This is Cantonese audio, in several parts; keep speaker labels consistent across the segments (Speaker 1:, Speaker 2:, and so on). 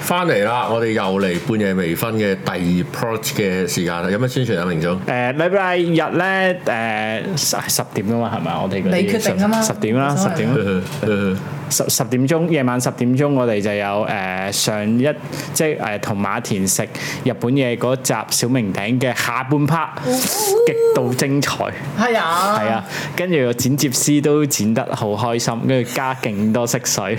Speaker 1: 翻嚟啦！我哋又嚟半夜微醺嘅第二 part 嘅時間啦，有咩宣傳啊，明總？
Speaker 2: 誒禮拜日咧誒十十點噶嘛係咪？我哋嗰啲
Speaker 3: 你決定㗎嘛
Speaker 2: 十十點啦，
Speaker 3: 冇所
Speaker 2: 十
Speaker 3: 謂
Speaker 2: 點啦十十點鐘夜晚十點鐘，我哋就有誒、呃上一即係誒同馬田食日本嘢嗰集小明頂嘅下半 part，極度精彩，
Speaker 3: 係哦啊，
Speaker 2: 係啊！跟住個剪接師都剪得好開心，跟住加勁多色水，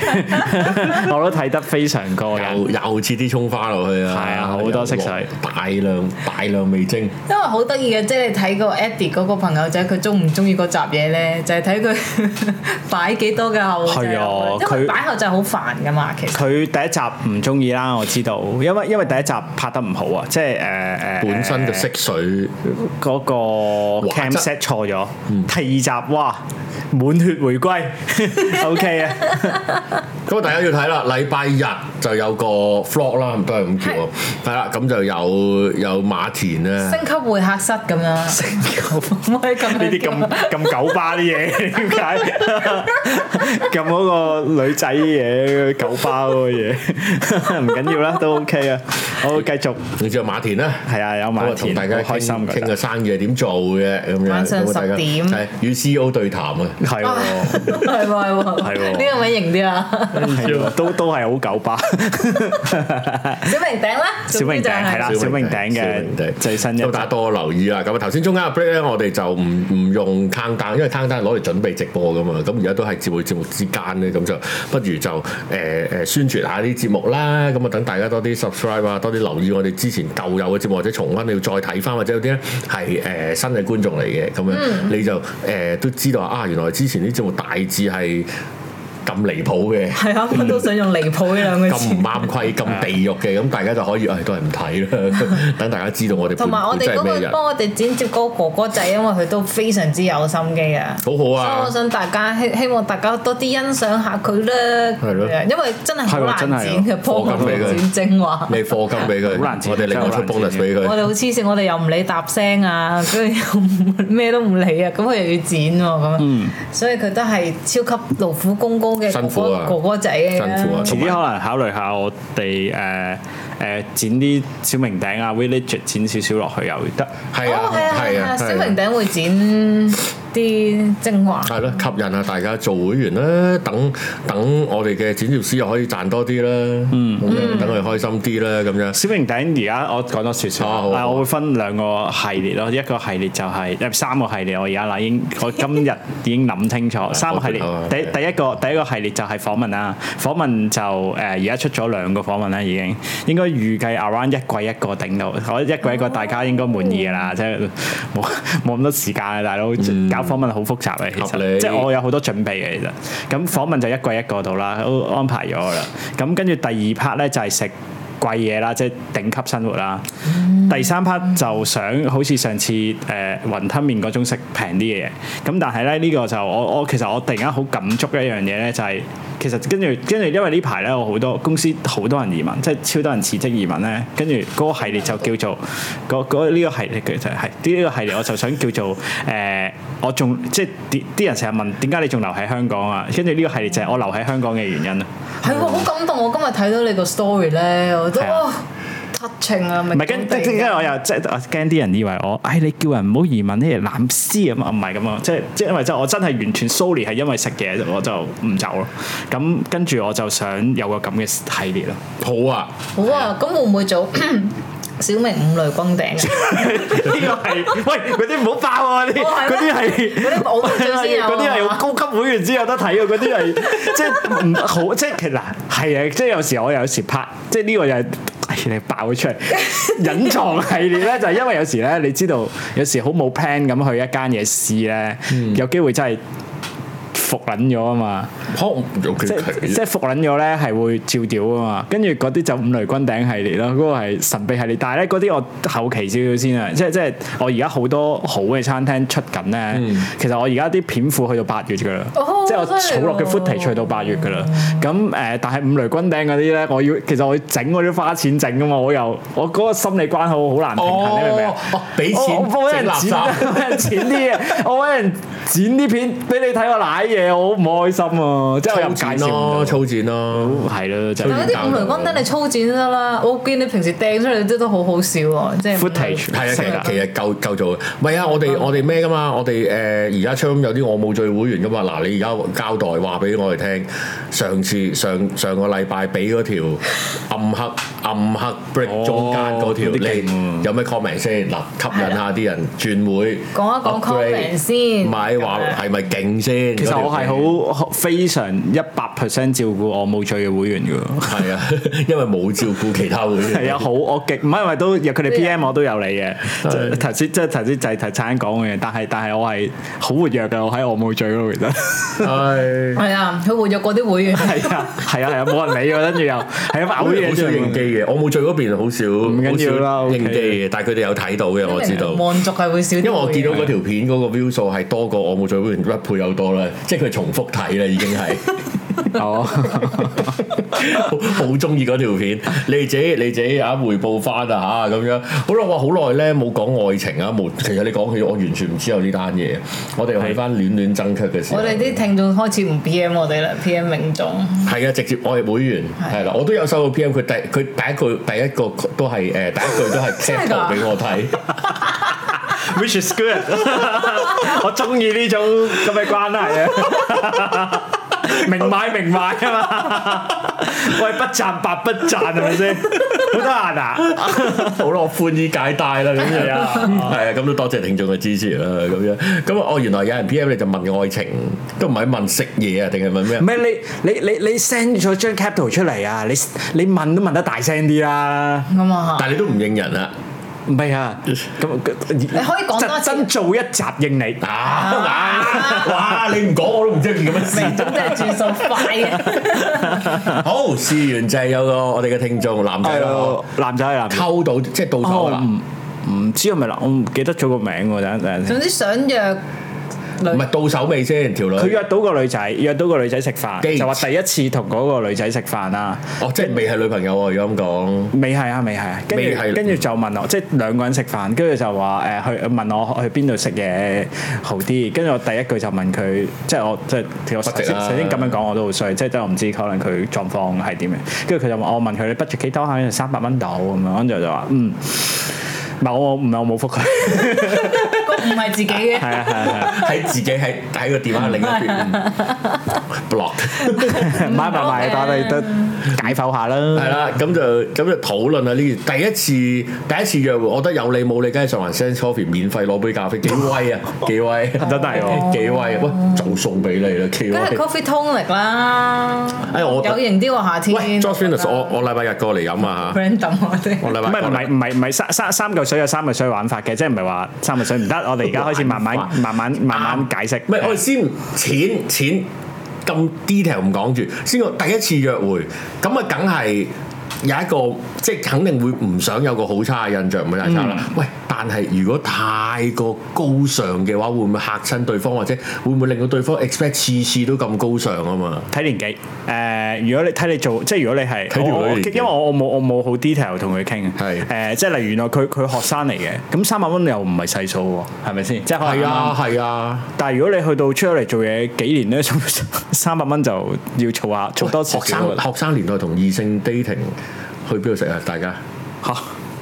Speaker 2: 我都睇得非常過癮。
Speaker 1: 又又切啲葱花落去啊！
Speaker 2: 啊係啊好多色水，
Speaker 1: 大量大量味精。
Speaker 3: 因為好得意嘅，即係你睇個 Eddie 嗰個朋友仔，佢中唔中意嗰集嘢咧，就係睇佢 擺幾多嘅後製落去
Speaker 2: 係啊
Speaker 3: 因為
Speaker 2: 佢
Speaker 3: 擺後製好煩噶嘛，其實
Speaker 2: 佢第一集唔中意啦，我知道，因為因為第一集拍得唔好啊，即係誒誒
Speaker 1: 本身嘅色水
Speaker 2: 嗰個
Speaker 1: 畫
Speaker 2: cam
Speaker 1: 質嗯
Speaker 2: set 錯咗，第二集哇滿血回歸 ，OK 啊，
Speaker 1: 咁啊，大家要睇啦！禮拜日就有個 vlog 啦，都係咁叫啊。係啦，咁就有有馬田
Speaker 2: 啊
Speaker 1: 啊咧。
Speaker 3: 升級會客室咁樣，升級唔可以咁
Speaker 2: 呢啲咁咁九巴啲嘢點解？ 咁嗰個女仔嘢九巴嗰個嘢 唔緊要啦，都 OK 啊，我繼續
Speaker 1: 你知道馬田咧？
Speaker 2: 係啊，有
Speaker 1: 咁
Speaker 2: 馬
Speaker 1: 啊，同
Speaker 2: 田
Speaker 1: 大家
Speaker 2: 好開心
Speaker 1: 傾傾
Speaker 2: 㗎
Speaker 1: 個，生意係點做嘅咁樣，
Speaker 3: 晚上
Speaker 1: 咁啊大家
Speaker 3: 10點
Speaker 1: 係與 CEO 對談啊，
Speaker 2: 係 喎。
Speaker 3: 係喎係喎，
Speaker 2: 係喎
Speaker 3: 呢個咪型啲啊！
Speaker 2: 都都係好九巴，
Speaker 3: 小明頂啦，
Speaker 2: 小明頂係啦小明頂嘅最新一集
Speaker 1: 咁大家多留意啦。咁啊，頭先中間嘅 break 咧，我哋就唔唔用 countdown，因為 countdown 攞嚟準備直播噶嘛。咁而家都係節目節目之間咧，咁就不如就誒誒、呃宣傳下啲節目啦。咁啊，等大家多啲 subscribe 啊，多啲留意我哋之前舊有嘅節目，或者重溫你要再睇翻，或者有啲咧係誒新嘅觀眾嚟嘅，咁樣、
Speaker 2: 嗯
Speaker 1: 你就誒、呃都知道啊，原來之前啲節目大致係咁離譜嘅。
Speaker 3: 係啊，我都想用離譜呢兩個
Speaker 1: 咁
Speaker 3: 字
Speaker 1: 唔。啱規、咁地獄嘅，咁大家就可以，唉、哎都係唔睇啦。 等大家知道我哋
Speaker 3: 同埋我哋
Speaker 1: 本本質係
Speaker 3: 嗰
Speaker 1: 咩
Speaker 3: 個
Speaker 1: 人，
Speaker 3: 幫我哋剪接嗰個哥哥仔，因為佢都非常之有心機啊。
Speaker 1: 好好
Speaker 3: 所以我
Speaker 1: 啊！
Speaker 3: 想大家希希望大家多啲欣賞下佢啦，
Speaker 1: 係咯
Speaker 3: 因為真係好
Speaker 2: 係喎真係
Speaker 3: 難
Speaker 2: 喎
Speaker 3: 剪嘅，幫
Speaker 1: 課金俾佢
Speaker 3: 剪精華。
Speaker 1: 你課金俾佢，
Speaker 2: 好難剪
Speaker 1: 我哋另外出
Speaker 2: 真係好
Speaker 1: bonus
Speaker 2: 難剪
Speaker 1: 俾
Speaker 3: 我
Speaker 1: 佢。
Speaker 3: 哋好黐線，我哋又唔理搭聲啊，跟住又唔咩都唔理啊，咁佢又要剪喎咁。所以佢都係超級勞苦功高嘅
Speaker 1: 辛
Speaker 3: 哥
Speaker 1: 苦啊
Speaker 3: 哥哥哥仔
Speaker 1: 辛
Speaker 3: 嚟啊
Speaker 1: 苦啊！
Speaker 2: 遲
Speaker 1: 同
Speaker 2: 啲
Speaker 1: 埋
Speaker 2: 可能考慮下我哋誒誒剪啲小明頂啊 village 剪少少落去又得，
Speaker 1: 係
Speaker 3: 哦
Speaker 1: 啊，，
Speaker 3: 係啊，
Speaker 1: 係
Speaker 3: 係
Speaker 1: 啊，
Speaker 3: 啊，
Speaker 1: 係
Speaker 3: 小
Speaker 1: 啊
Speaker 3: 明頂會剪啲精華。
Speaker 1: 係咯，吸引下啊大家做會員啦，等等我哋嘅剪接師又可以賺多啲啦，嗯，咁樣等佢開心啲啦，咁樣
Speaker 2: 小明頂而家我講多少少，
Speaker 1: 啊好啊好啊
Speaker 2: 啊我會分兩個系列咯，一個系列就係、誒三個系列，我而家嗱已經 我今日已經諗清楚，三個系列
Speaker 1: 好啊好啊，
Speaker 2: 第第一個第一個系列就係訪問啦，訪問就誒而家出咗兩個訪問啦，已經應該預計 around 一季一個頂到，我一季一
Speaker 1: 哦
Speaker 2: 個大家應該滿意噶啦，即係冇冇咁多時間啊，大佬搞訪問好複雜啊嘅，其
Speaker 1: 嗯合理
Speaker 2: 實即係我有好多準備嘅，其實咁訪問就一季一個到啦，都安排咗噶啦，咁跟住第二 part 咧就係食。貴嘢啦，即係頂級生活啦。第三 part 就想好似上次誒、呃、雲吞麵嗰種食平啲嘅嘢，咁但係咧呢、個就我我其實我突然間好感觸嘅一樣嘢咧，就係、其實跟住跟住因為呢排咧我好多公司好多人移民，即係超多人辭職移民咧，跟住嗰個系列就叫做嗰嗰呢個系列嘅就係呢個系列我就想叫做誒、呃我仲即係啲啲人成日問點解你仲留喺香港啊？跟住呢個系列就係我留喺香港嘅原因啊。
Speaker 3: 係喎，好感動！我今日睇到你個 story 咧，我都
Speaker 2: 係啊
Speaker 3: 哇 touching 啊，
Speaker 2: 唔
Speaker 3: 唔
Speaker 2: 係跟跟跟我又即係我驚啲人以為我，哎唉你叫人唔好移民呢啲藍絲咁啊，唔係咁啊，即係即係因為即係我真係完全 solely 係因為食嘢我就唔走咯。咁跟住我就想有個咁嘅系列咯。
Speaker 1: 好啊！
Speaker 3: 好啊，咁會唔 會做小明五雷轟頂啊？
Speaker 2: 呢個係喂嗰啲唔好爆啊！嗰啲
Speaker 3: 哦係咩
Speaker 2: 嗰啲係。
Speaker 3: 嗰啲我都最先有 啊
Speaker 2: 嗰啲係高級會員先有得睇嘅，嗰啲係即係唔好， 即係其實嗱係啊，即係有時我有時拍，即係呢個又係。哎你爆咗出嚟，隱藏系列咧就係、因為有時咧，你知道有時好冇 plan 咁去一間嘢試咧，有機會真係服撚咗啊嘛！
Speaker 1: 可尤其
Speaker 2: 即
Speaker 1: 係
Speaker 2: 即係服撚咗咧，係會照屌啊嘛。跟住嗰啲就五雷軍頂系列咯，嗰、個係神秘系列。但係咧嗰啲我後期少少先啊，即係即係我而家好多好嘅餐廳出緊咧。其實我而家啲片庫去到八月噶啦，
Speaker 3: 哦
Speaker 2: 即係我
Speaker 3: 犀利
Speaker 2: 儲落嘅
Speaker 3: 喎
Speaker 2: footage 去到八月噶啦。咁誒、但係五雷軍頂嗰啲咧，我要其實我要整我都要花錢整噶嘛，我又我嗰個心理關口好難平衡，你明唔明啊
Speaker 1: 哦？哦，俾
Speaker 2: 我
Speaker 1: 錢
Speaker 2: 我幫
Speaker 1: 整
Speaker 2: 人
Speaker 1: 垃
Speaker 2: 剪，啊
Speaker 1: 圾。
Speaker 2: 幫人剪啲嘢，我幫人剪啲片俾你睇我奶嘢，我好唔開心啊！即係我又
Speaker 1: 粗
Speaker 2: 唔介
Speaker 1: 剪
Speaker 2: 紹唔
Speaker 1: 咯，
Speaker 2: 到，
Speaker 1: 粗剪咯。
Speaker 2: 係咯，即
Speaker 3: 但
Speaker 2: 係
Speaker 3: 嗰啲五雷光燈你粗剪得啦，我見你平時掟出嚟都都好好笑喎，即係
Speaker 2: footage
Speaker 1: 係啊，其
Speaker 2: 識
Speaker 1: 實
Speaker 2: 啦
Speaker 1: 其實夠夠做嘅，唔係啊！我哋我哋咩噶嘛？我哋誒而家 c 有啲我冇聚會員噶嘛？嗱，你而家交代話俾我哋聽，上次上上個禮拜俾嗰條暗黑暗黑 break 中間嗰條，
Speaker 2: 嗰啲勁
Speaker 1: 你有咩 comment 先？嗱，吸引下啲人轉會，
Speaker 3: 講一講 comment 先
Speaker 1: 唔係話係咪勁先？
Speaker 2: 其實我
Speaker 1: 嗰條片
Speaker 2: 係好非常一百 percent 照顧我冇罪嘅會員㗎喎。
Speaker 1: 係啊， 因為冇照顧其他會員。
Speaker 2: 係 啊，好我極唔係因為都有佢哋
Speaker 3: 都有
Speaker 2: PM 我都有你嘅，即係頭先即係頭先就係頭先講嘅，但係但係我係好活躍嘅，我喺我冇罪嗰度其實。
Speaker 1: 係。
Speaker 3: 係啊，佢活躍嗰啲會員，
Speaker 2: 係啊，係啊，係啊，冇人理我，跟住又係咁啊
Speaker 1: 好
Speaker 2: 嘔嘢
Speaker 1: 少應機
Speaker 2: 啫。
Speaker 1: 嘅，我冇聚嗰邊好少，唔
Speaker 2: 緊要啦
Speaker 1: 應
Speaker 2: OK
Speaker 1: 機嘅，但係佢哋有睇到 嘅，我知道。
Speaker 3: 望族係會少啲會員，
Speaker 1: 因為我見到嗰條片嗰個 view 數係多過我冇聚會員一倍有多啦，即係佢重複睇啦已經係，
Speaker 2: 哦，
Speaker 1: 好好中意嗰條片。你自己你自己啊回報翻啊嚇咁樣。好啦，我好耐咧冇講愛情啊，冇。其實你講起我完全唔知有呢單嘢。我哋去翻戀戀爭卻嘅時候
Speaker 3: 我，哋啲聽眾開始唔 PM 我哋啦，PM 明總。
Speaker 1: 係啊，直接我係會員係啦，我都有收到 PM，佢第佢第一句第一個都係誒第一句都係
Speaker 3: 真
Speaker 1: cap
Speaker 3: 係㗎
Speaker 1: 圖俾我睇。
Speaker 2: Which is good 。 我中意呢種咁嘅關係啊，明買明賣啊嘛，喂，不賺白不賺係咪先？好得閒啊！
Speaker 1: 好啦，我寬衣解帶啦，咁樣
Speaker 2: 係啊
Speaker 1: 係啊，咁都多謝聽眾嘅支持啦，咁樣咁我原來有人 P.M. 你就問愛情，都唔係問食嘢啊，定係問咩
Speaker 2: 唔？係你你你你 send 咗張 cap 圖出嚟啊！你你問都問得大聲啲啦，
Speaker 3: 咁啊，
Speaker 1: 但係你都唔應人啊！
Speaker 2: 唔係啊？咁你
Speaker 3: 你可以講多次
Speaker 2: 真做一集應你。
Speaker 1: 啊！ 哇！你唔講我都唔知件咁嘅事。
Speaker 3: 明總真係轉數快 嘅，
Speaker 1: 好，試完就係有個我哋嘅聽眾男仔咯，
Speaker 2: 男仔係男仔。
Speaker 1: 溝到即係到手啦，
Speaker 2: 哦唔唔知係咪啦，我唔記得咗個名喎，等一陣先
Speaker 3: 總之想約女
Speaker 1: 唔係到手未先條女？
Speaker 2: 佢約到個女仔，約到個女仔食飯，
Speaker 1: Date
Speaker 2: 就話第一次同嗰個女仔食飯啦，
Speaker 1: 哦，即係未係女朋友喎，如果咁 講。
Speaker 2: 未係啊，未係啊，跟
Speaker 1: 未
Speaker 2: 住
Speaker 1: 係
Speaker 2: 跟住就問我，即係兩個人食飯，跟住就話誒去問我去邊度食嘢好啲，跟住我第一句就問佢，即係我即係其實我首
Speaker 1: 不值
Speaker 2: 先
Speaker 1: 啊
Speaker 2: 首先咁樣講我都好衰，即係即係我唔知可能佢狀況係點嘅，跟住佢就話我問佢你 budget 幾多下，三百蚊到咁樣，跟住就話嗯，唔係我我唔係我 冇覆佢，
Speaker 3: 個唔係自己嘅，
Speaker 2: 係啊係啊係啊。
Speaker 1: 喺自己喺喺個電話另一 邊 block。
Speaker 2: 唔係唔係唔係，但係都解剖下啦。
Speaker 1: 係啦，咁就咁就討論啦呢件第一次第一次約會，我覺得有你冇你，梗係上環 Sense Coffee 免費攞杯咖啡，幾威 啊，幾威，
Speaker 2: 真係喎
Speaker 1: 幾威啊！喂，就送俾你啦，幾威
Speaker 3: 哦梗。係 coffee tonic 啦。
Speaker 1: 哎我
Speaker 3: 有型啲喎，夏天。
Speaker 1: 喂，Josh Venus，我
Speaker 3: 啊
Speaker 1: 我禮拜日過嚟飲啊嚇，
Speaker 3: random 我哋。
Speaker 1: 我禮
Speaker 2: 唔
Speaker 1: 拜
Speaker 2: 係
Speaker 1: 過
Speaker 2: 唔
Speaker 1: 嚟
Speaker 2: 係唔係唔係三三三嚿水有三嚿水玩法嘅，即係唔係話三嚿水唔得？我哋而家開始慢慢
Speaker 1: 玩法
Speaker 2: 慢慢慢慢解釋。
Speaker 1: 啊唔係，我哋先錢錢咁 detail 唔講住，先講第一次約會，咁啊，梗係有一個即係肯定會唔想有個好差嘅印象，唔係太差啦。喂，但係如果太過高尚嘅話，會唔會嚇親對方，或者會唔會令到對方 expect 次次都咁高尚啊嘛？
Speaker 2: 睇年紀，誒、如果你睇你做，即係如果你係
Speaker 1: 睇條女
Speaker 2: 我我
Speaker 1: 年紀
Speaker 2: 因為我我冇我冇好 detail 同佢傾，啊
Speaker 1: 係
Speaker 2: 誒、即係例如原來佢佢學生嚟嘅，咁三百蚊又唔係細數喎，係咪先？即係可能
Speaker 1: 係
Speaker 2: 啱啱
Speaker 1: 啊，係啊，
Speaker 2: 但係如果你去到出咗嚟做嘢幾年咧， 三百蚊就要儲下儲多
Speaker 1: 學
Speaker 2: 少少
Speaker 1: 生
Speaker 2: 㗎啦
Speaker 1: 學生年代同異性 dating 去邊度食啊？大家
Speaker 2: 嚇、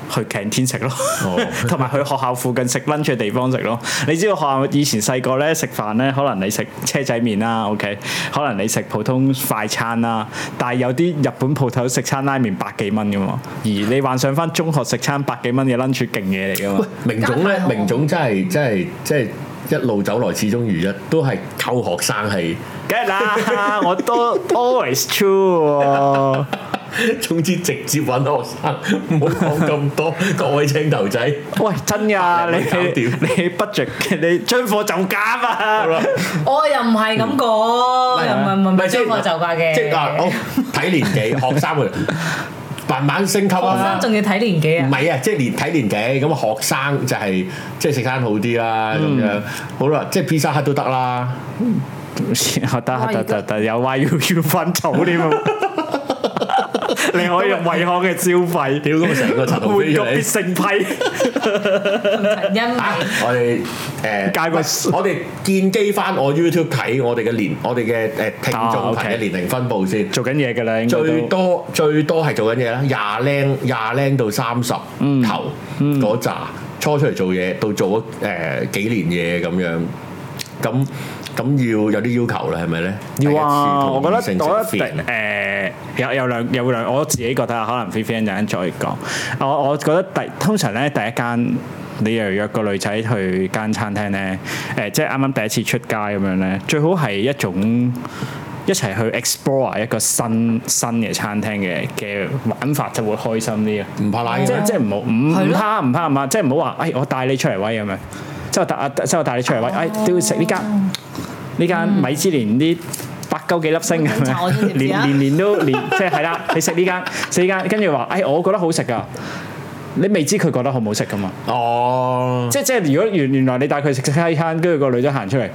Speaker 2: 去 canteen 食咯
Speaker 1: 哦，
Speaker 2: 同埋去學校附近食 lunch 嘅地方食咯。你知道學校以前細個咧食飯咧，可能你食車仔麵啦，OK，可能你食普通快餐啦，但係有啲日本鋪頭食餐拉麵百幾蚊噶嘛，而你幻想翻中學食餐百幾蚊嘅 lunch 勁嘢嚟噶嘛，
Speaker 1: 明總咧，明總真係真係真係一路走來始終如一，都係溝學生係。
Speaker 2: 梗係啦， 我都 always true 喎。
Speaker 1: 總之直接揾學生，唔好講咁多， 各位青頭仔。
Speaker 2: 喂，真 噶，你
Speaker 1: 百零蚊搞掂
Speaker 2: 你 budget 你將貨就價啊
Speaker 1: 好
Speaker 2: 嘛
Speaker 1: 啦，
Speaker 3: 我哦又唔係咁講，又唔係唔係將我就價嘅。
Speaker 1: 嗯即係嗱，我睇年紀，學生會慢慢升級
Speaker 3: 學生
Speaker 1: 啊。
Speaker 3: 仲要睇年紀
Speaker 1: 唔
Speaker 3: 啊！
Speaker 1: 係啊，即係年睇年紀，咁學生就係、即係食餐好啲啦，
Speaker 3: 嗯
Speaker 1: 咁樣好啦，即係 pizza hut 都得啦，
Speaker 2: 得得得得，有 Y U U 分組添啊！你可以用惠康嘅消費，
Speaker 1: 屌咁啊成個陳豪
Speaker 2: 換
Speaker 1: 飛
Speaker 2: 個
Speaker 1: 咗
Speaker 2: 必
Speaker 1: 你。
Speaker 2: 勝 批，
Speaker 3: 陳欣
Speaker 1: 啊
Speaker 3: 美。！
Speaker 1: 我哋誒，
Speaker 2: 介個
Speaker 1: 唔係我哋建基翻我 YouTube 睇我哋嘅年，我哋嘅誒聽
Speaker 2: 啊
Speaker 1: 眾
Speaker 2: ，OK
Speaker 1: 睇嘅年齡分佈先。
Speaker 2: 做緊嘢㗎啦，應該
Speaker 1: 最
Speaker 2: 啊都。
Speaker 1: 多最多係做緊嘢啦，廿零廿零到三十
Speaker 2: 嗯
Speaker 1: 頭嗰扎，初出嚟做嘢，到做咗誒、幾年嘢咁樣，咁咁要有啲要求啦，係咪咧？
Speaker 2: 要啊！我覺得我覺
Speaker 1: 第一次
Speaker 2: 得
Speaker 1: 同異性食飯
Speaker 2: 誒、有有兩有兩，我自己覺得啊可能 Fifi 一陣間再講。我我覺得第通常咧第一間你又約個女仔去間餐廳咧，誒、即係啱啱第一次出街咁樣咧，最好係一種。一齊去 explore 一個新新嘅餐廳嘅嘅玩法就會開心啲啊！
Speaker 1: 唔怕奶
Speaker 2: 即係
Speaker 1: 嘅，
Speaker 2: 即係唔好唔
Speaker 3: 係
Speaker 2: 唔
Speaker 3: 咯
Speaker 2: 怕唔怕唔怕，即係唔好話，哎，我帶你出嚟威咁樣，即係我帶啊即係我帶你出嚟威，哎，
Speaker 3: 哦
Speaker 2: 都要食呢間呢間米芝蓮啲百鳩幾粒星咁
Speaker 3: 飲嗯茶我先
Speaker 2: 樣，
Speaker 3: 知
Speaker 2: 年
Speaker 3: 啊
Speaker 2: 年年都年，即係係啦，你食呢間食呢間，跟住話，哎，我覺得好食㗎。你未知佢覺得好唔好食㗎嘛？
Speaker 1: 哦，
Speaker 2: 即係即係，如果原原來你帶佢食西餐，跟住個女仔行出嚟，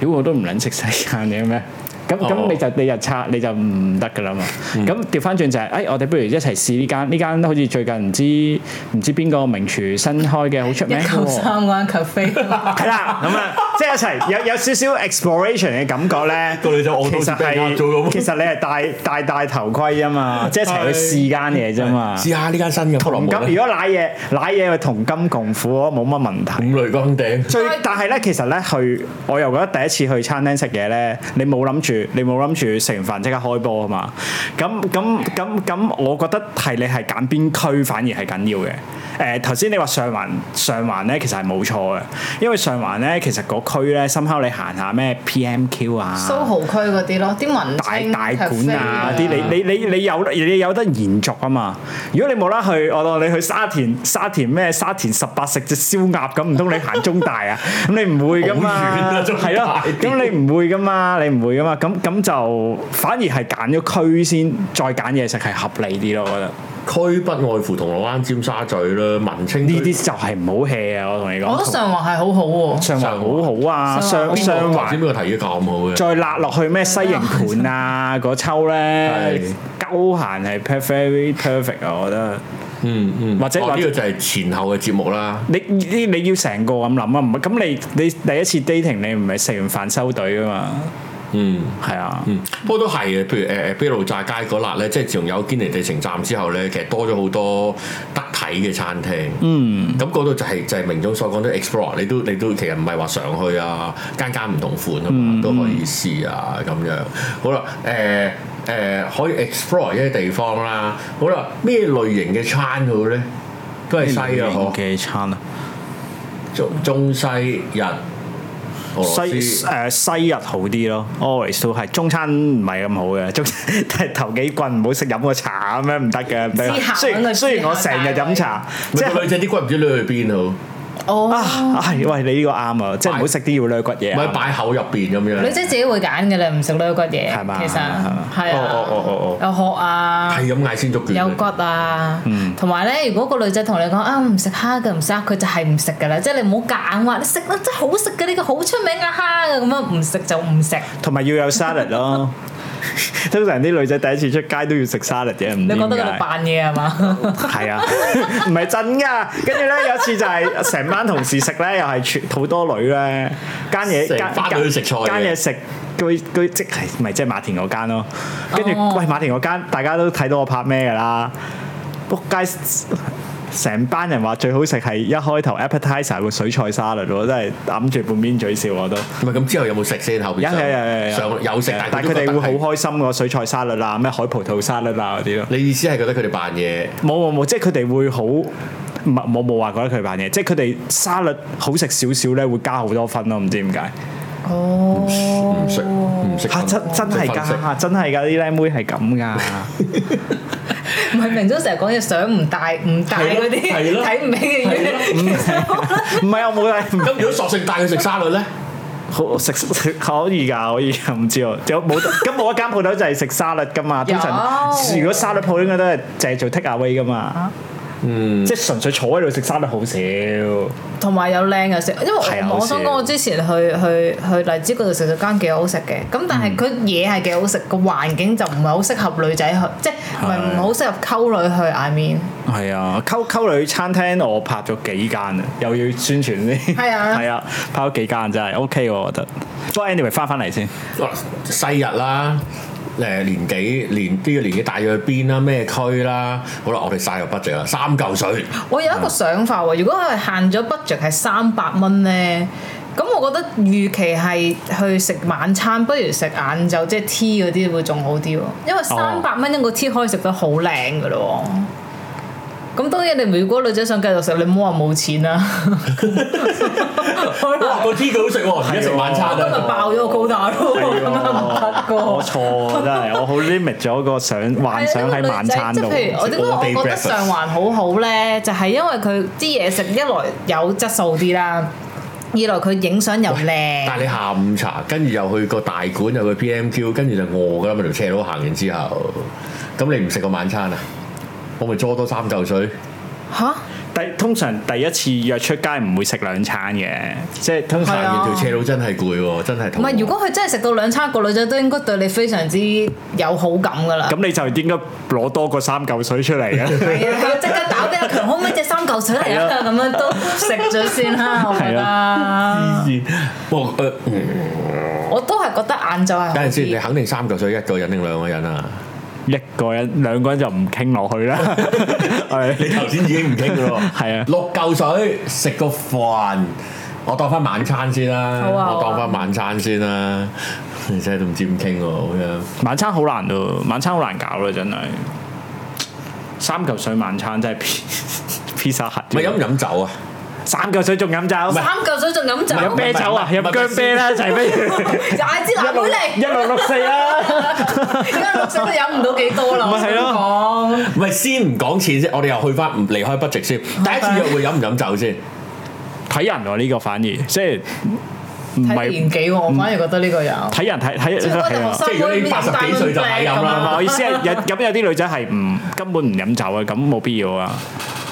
Speaker 2: 屌我都唔撚食西餐嘅咩？咁
Speaker 1: 哦嗯
Speaker 2: 咁你就你就拆你就唔得㗎啦嘛。咁調翻轉就係、哎，我哋不如一齊試呢間呢間好似最近唔知唔知邊個名廚新開嘅，好出名
Speaker 3: 一
Speaker 2: 嘅
Speaker 3: 九
Speaker 2: 喎。
Speaker 3: 三嗰間 cafe，
Speaker 2: 係啦，咁啊，即係一齊有有少少 exploration 嘅感覺咧。
Speaker 1: 個女仔我
Speaker 2: 其
Speaker 1: 都好似
Speaker 2: 實
Speaker 1: 俾人呃咗
Speaker 2: 係
Speaker 1: 咁
Speaker 2: 其實你係戴戴戴頭盔 啊嘛，即係一齊去試間嘢啫嘛。
Speaker 1: 試下呢間新嘅菠蘿
Speaker 2: 咁
Speaker 1: 咁
Speaker 2: 如果賴嘢賴嘢，咪同甘共苦咯，冇乜問題。
Speaker 1: 五雷光頂，
Speaker 2: 最但係咧，其實咧去，我又覺得第一次去餐廳食嘢咧，你冇諗住，你冇諗住食完飯即刻開波啊嘛。咁咁咁咁，我覺得係你係揀邊區反而係緊要嘅。誒頭先你話上環上環咧，其實係冇錯嘅，因為上環咧其實個區咧，深烤你行下咩 PMQ 啊。
Speaker 3: 蘇豪區嗰啲咯，啲文
Speaker 2: 大
Speaker 3: 青
Speaker 2: 大館
Speaker 3: cafe
Speaker 2: 啊啲，你你你你有你有得延續啊嘛！如果你冇啦去，我當你去沙田沙田咩沙田十八食隻燒鴨咁，唔通你行中大啊？ 咁你唔會噶嘛
Speaker 1: 好遠啊，中大
Speaker 2: 係咯？咁你唔會噶嘛，你唔會噶嘛？咁咁就反而係揀咗區先，再揀嘢食係合理啲咯，我覺得。
Speaker 1: 區不外乎銅鑼灣、尖沙咀啦，文青
Speaker 2: 呢啲就係唔好 hea 啊！我同你
Speaker 3: 我覺得
Speaker 2: 講，
Speaker 3: 上環係好好喎，
Speaker 2: 上環好好啊，上
Speaker 3: 上環
Speaker 2: 上
Speaker 1: 頭
Speaker 2: 環
Speaker 1: 先邊個提議咁好嘅？
Speaker 2: 再辣落去咩西營 盤啊嗰抽咧
Speaker 1: 係，
Speaker 2: 鳩閒係 perfect perfect 啊！我覺得，
Speaker 1: 嗯嗯，
Speaker 2: 或者
Speaker 1: 哦
Speaker 2: 或
Speaker 1: 呢
Speaker 2: 者
Speaker 1: 個就係前後嘅節目啦。
Speaker 2: 你呢你要成個咁諗啊，唔係咁你你第一次 dating 你唔係食完飯收隊噶嘛，
Speaker 1: 嗯。
Speaker 2: 係啊，
Speaker 1: 嗯，不過都係嘅，譬如誒誒卑路乍街嗰辣咧，即係自從有堅尼地城站之後咧，其實多咗好多得體嘅餐廳。嗯，咁嗰度就係、就係、明總所講啲 explore，你都你都其實唔係話常去啊，間間唔同款啊
Speaker 2: 嗯
Speaker 1: 嘛，都可以試啊咁樣。好啦，誒、誒、可以 explore 一啲地方啦。好啦，咩類型嘅餐好咧？都係西啊，嗬，
Speaker 2: 嘅餐啊，
Speaker 1: 中中西日俄
Speaker 2: 西
Speaker 1: 羅斯。
Speaker 2: 誒西日好啲咯，always 都係中餐唔係咁好嘅，中 但係頭幾棍唔好食飲個茶咁樣唔得嘅，唔得
Speaker 3: 之後
Speaker 2: 嘅。雖
Speaker 3: 搵個
Speaker 2: 然
Speaker 3: 之
Speaker 2: 雖然我
Speaker 3: 後
Speaker 2: 成日飲茶，即係
Speaker 1: 咪個女仔啲骨唔知攣去邊好，
Speaker 3: 哦，
Speaker 2: 啊，係喂你呢個啱啊，即係唔好食啲要攣骨嘢啊。
Speaker 1: 咪擺口入邊咁樣。
Speaker 3: 女仔自己會揀嘅啦，唔食呢骨嘢，
Speaker 2: 係嘛
Speaker 3: 其實
Speaker 2: 係嘛
Speaker 3: 係
Speaker 1: 哦哦哦哦
Speaker 3: 啊
Speaker 1: 哦，
Speaker 3: 有殼啊。
Speaker 1: 係咁嗌鮮竹卷
Speaker 3: 有
Speaker 1: 嘅，
Speaker 3: 骨啊，同埋咧，如果個女仔同你講啊唔食蝦嘅唔食蝦，佢就係唔食嘅啦，即係你唔好夾硬話你食啦，真係好食嘅呢個好出名嘅蝦嘅咁樣，唔食就唔食。
Speaker 2: 同埋要有 salad 咯。通常啲女仔第一次出街都要食 salad 嘅，唔
Speaker 3: 你
Speaker 2: 知
Speaker 3: 覺
Speaker 2: 點
Speaker 3: 得佢哋
Speaker 2: 解。
Speaker 3: 扮嘢係嘛？
Speaker 2: 係啊，唔係真㗎。跟住咧有一次就係成班同事食咧，又係全好多女咧，間嘢
Speaker 1: 成
Speaker 2: 間
Speaker 1: 班女食菜嘅
Speaker 2: 間嘢食。佢佢即係咪即係馬田嗰間咯？跟住、
Speaker 3: 哦
Speaker 2: 喂馬田嗰間，大家都睇到我拍咩㗎啦？仆街！成班人話最好食係一開頭 appetizer 個水菜沙律喎，真係揞住半邊嘴笑我都。
Speaker 1: 唔係咁之後有冇食先？後邊
Speaker 2: 有有
Speaker 1: 上
Speaker 2: 有有
Speaker 1: 上有食，
Speaker 2: 但係佢哋會好開心個水菜沙律啊，咩海葡萄沙律啊嗰啲咯。
Speaker 1: 你意思係覺得佢哋扮嘢？
Speaker 2: 冇冇冇，即係佢哋會好唔係冇冇話覺得佢扮嘢，即係佢哋沙律好食少少咧，會加好多分咯，唔知點解
Speaker 3: 哦，
Speaker 1: 唔食唔食
Speaker 2: 嚇真真嗯係
Speaker 1: 唔食分
Speaker 2: 㗎，真係㗎，啲靚妹係咁 㗎，
Speaker 3: 唔係明早成日講嘢想唔大唔大嗰啲
Speaker 1: 係咯係咯
Speaker 3: 睇唔起嘅嘢，其實
Speaker 2: 唔係我冇 睇，
Speaker 1: 咁如果索性帶佢食沙律咧，
Speaker 2: 好食食可以㗎，可以㗎唔知喎，有冇得咁冇一間鋪頭就係食沙律㗎嘛，通常
Speaker 3: 有
Speaker 2: 如果沙律鋪應該都係淨係做 take away 㗎嘛，嗯，即係純粹坐喺度食生得好少。
Speaker 3: 同埋有靚嘅食，因為
Speaker 2: 係啊好
Speaker 3: 我我
Speaker 2: 少
Speaker 3: 想講，我之前去去去荔枝嗰度食咗間幾好食嘅，咁但係佢嘢係幾好食，個環境就唔係好適合女仔去，即係唔係
Speaker 2: 係
Speaker 3: 唔好適合溝女去，I mean
Speaker 2: 係啊，溝溝女餐廳我拍咗幾間啊，又要宣傳先。
Speaker 3: 係啊
Speaker 2: 係啊，拍咗幾間真係 OK 喎，我覺得。不過 anyway 翻翻嚟 先，
Speaker 1: 哇哦西日啦，誒年紀年呢個年紀大約去邊啦，咩區啦，好啦，我哋晒入 budget 啦，三嚿水，
Speaker 3: 我有一個想法喎，如果佢係限咗 budget 係三百蚊咧，咁我覺得預期係去食晚餐，不如食晏晝即係 tea 嗰啲會仲好啲喎，因為三百蚊一個 tea 可以食得好靚噶咯喎。咁當然你如果女仔想繼續食，你唔好話冇錢啦。可能
Speaker 1: 哇個 T 幾好食喎，而家食晚餐
Speaker 3: 今日
Speaker 1: 啊，
Speaker 3: 爆咗個高達咯，咁樣唔得噶。
Speaker 2: 我錯啊真係，我好 limit 咗個想幻想喺晚餐度
Speaker 3: 即係。啊譬如我點解我覺
Speaker 1: all day
Speaker 3: 得
Speaker 1: breakfast
Speaker 3: 上環好好咧？就係因為佢啲嘢食一來有質素啲啦，二來佢影相又靚
Speaker 1: 但係。你下午茶，跟住又去個大館，又去 PMQ，跟住就餓㗎啦嘛，條斜路行完之後，咁你唔食個晚餐啊？我咪捉多三嚿水，
Speaker 3: 吓？
Speaker 2: 第通常第一次約出街唔會食兩餐嘅，即係通
Speaker 1: 行
Speaker 2: 常
Speaker 3: 係啊
Speaker 1: 完條斜路真係攰喎，真係
Speaker 3: 唔
Speaker 1: 肚餓。
Speaker 3: 係，如果佢真係食到兩餐，個女仔都應該對你非常之有好感㗎啦。
Speaker 2: 咁你就應該攞多個三嚿水出嚟啊！
Speaker 3: 係啊，即刻打俾阿強，可唔可以隻三嚿水嚟啊？咁樣都食咗先啦，我覺
Speaker 2: 係
Speaker 3: 得。
Speaker 1: 不過誒
Speaker 3: 我都係覺得晏晝係好
Speaker 1: 等陣先，你
Speaker 3: 啲。
Speaker 1: 肯定三嚿水一個人定兩個人啊？
Speaker 2: 一個人兩個人就唔傾落去 啦，係
Speaker 1: 頭先已經唔傾㗎咯，
Speaker 2: 係啊
Speaker 1: 六嚿水食個飯，我當翻晚餐先啦，
Speaker 3: 好啊好啊
Speaker 1: 我當翻晚餐先啦， 你真係都唔知點傾喎咁樣。
Speaker 2: 晚餐好難咯，晚餐好難搞咯，真係三嚿水晚餐真係 pizza
Speaker 1: 唔係飲唔飲酒啊？
Speaker 2: 三嚿水仲飲酒，
Speaker 3: 三嚿水仲飲酒，
Speaker 2: 飲啤酒啊，
Speaker 1: 唔係唔係
Speaker 2: 飲姜啤啦，就係不如
Speaker 3: 踩支藍
Speaker 2: 一六
Speaker 3: 莓嚟
Speaker 2: 一。六六四啦，
Speaker 3: 而家綠色都飲唔到幾多啦，
Speaker 2: 咪
Speaker 3: 我
Speaker 2: 係咯
Speaker 3: 想講
Speaker 1: 唔係先唔講錢先，我哋又去翻唔離開 budget 先。第一次約會飲唔飲酒先？
Speaker 2: 睇人喎呢個反而即係唔
Speaker 3: 睇年
Speaker 2: 係
Speaker 3: 紀喎，我反而覺得呢個有。
Speaker 2: 睇人睇睇
Speaker 3: 即係嗰
Speaker 2: 係啊
Speaker 3: 啲學生
Speaker 1: 即係如果你八十幾歲就唔係飲
Speaker 2: 唔係
Speaker 1: 啦
Speaker 2: 我意思係有咁有啲女仔係唔根本唔飲酒嘅，咁冇必要啊。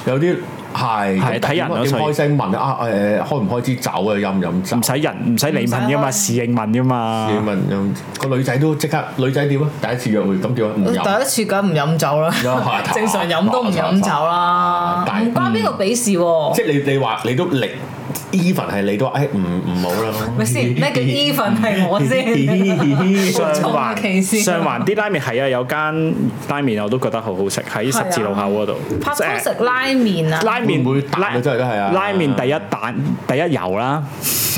Speaker 1: 有啲係
Speaker 2: 係睇人咯
Speaker 1: 點
Speaker 2: 所以
Speaker 1: 開聲問啊誒、開唔開支酒啊？飲唔飲酒
Speaker 2: 唔？使人唔使你問噶嘛，
Speaker 3: 唔
Speaker 2: 侍應問噶嘛
Speaker 1: 你。問嗯個女仔都即刻，女仔點啊？第一次約會咁點啊？唔
Speaker 3: 第一
Speaker 1: 飲。
Speaker 3: 次梗唔飲酒啦
Speaker 1: 有下，頭
Speaker 3: 正常飲都唔飲酒啦，
Speaker 1: 但係
Speaker 3: 唔關邊個比事喎
Speaker 1: 即。係你你話你都力 even 係你都話誒唔唔好啦。
Speaker 3: 咪先，咩叫 even 係我 先？
Speaker 2: 上
Speaker 3: 我仲有歧視
Speaker 2: 環上環啲拉麵係啊，有間拉麵我都覺得好好食，喺十字路口嗰度。
Speaker 3: 啊拍
Speaker 2: 即係
Speaker 3: 拖食拉麵啊！
Speaker 2: 拉麵
Speaker 1: 會唔會彈啊
Speaker 2: 拉
Speaker 1: 真係都係啊
Speaker 2: 拉麵第一蛋第一油啦，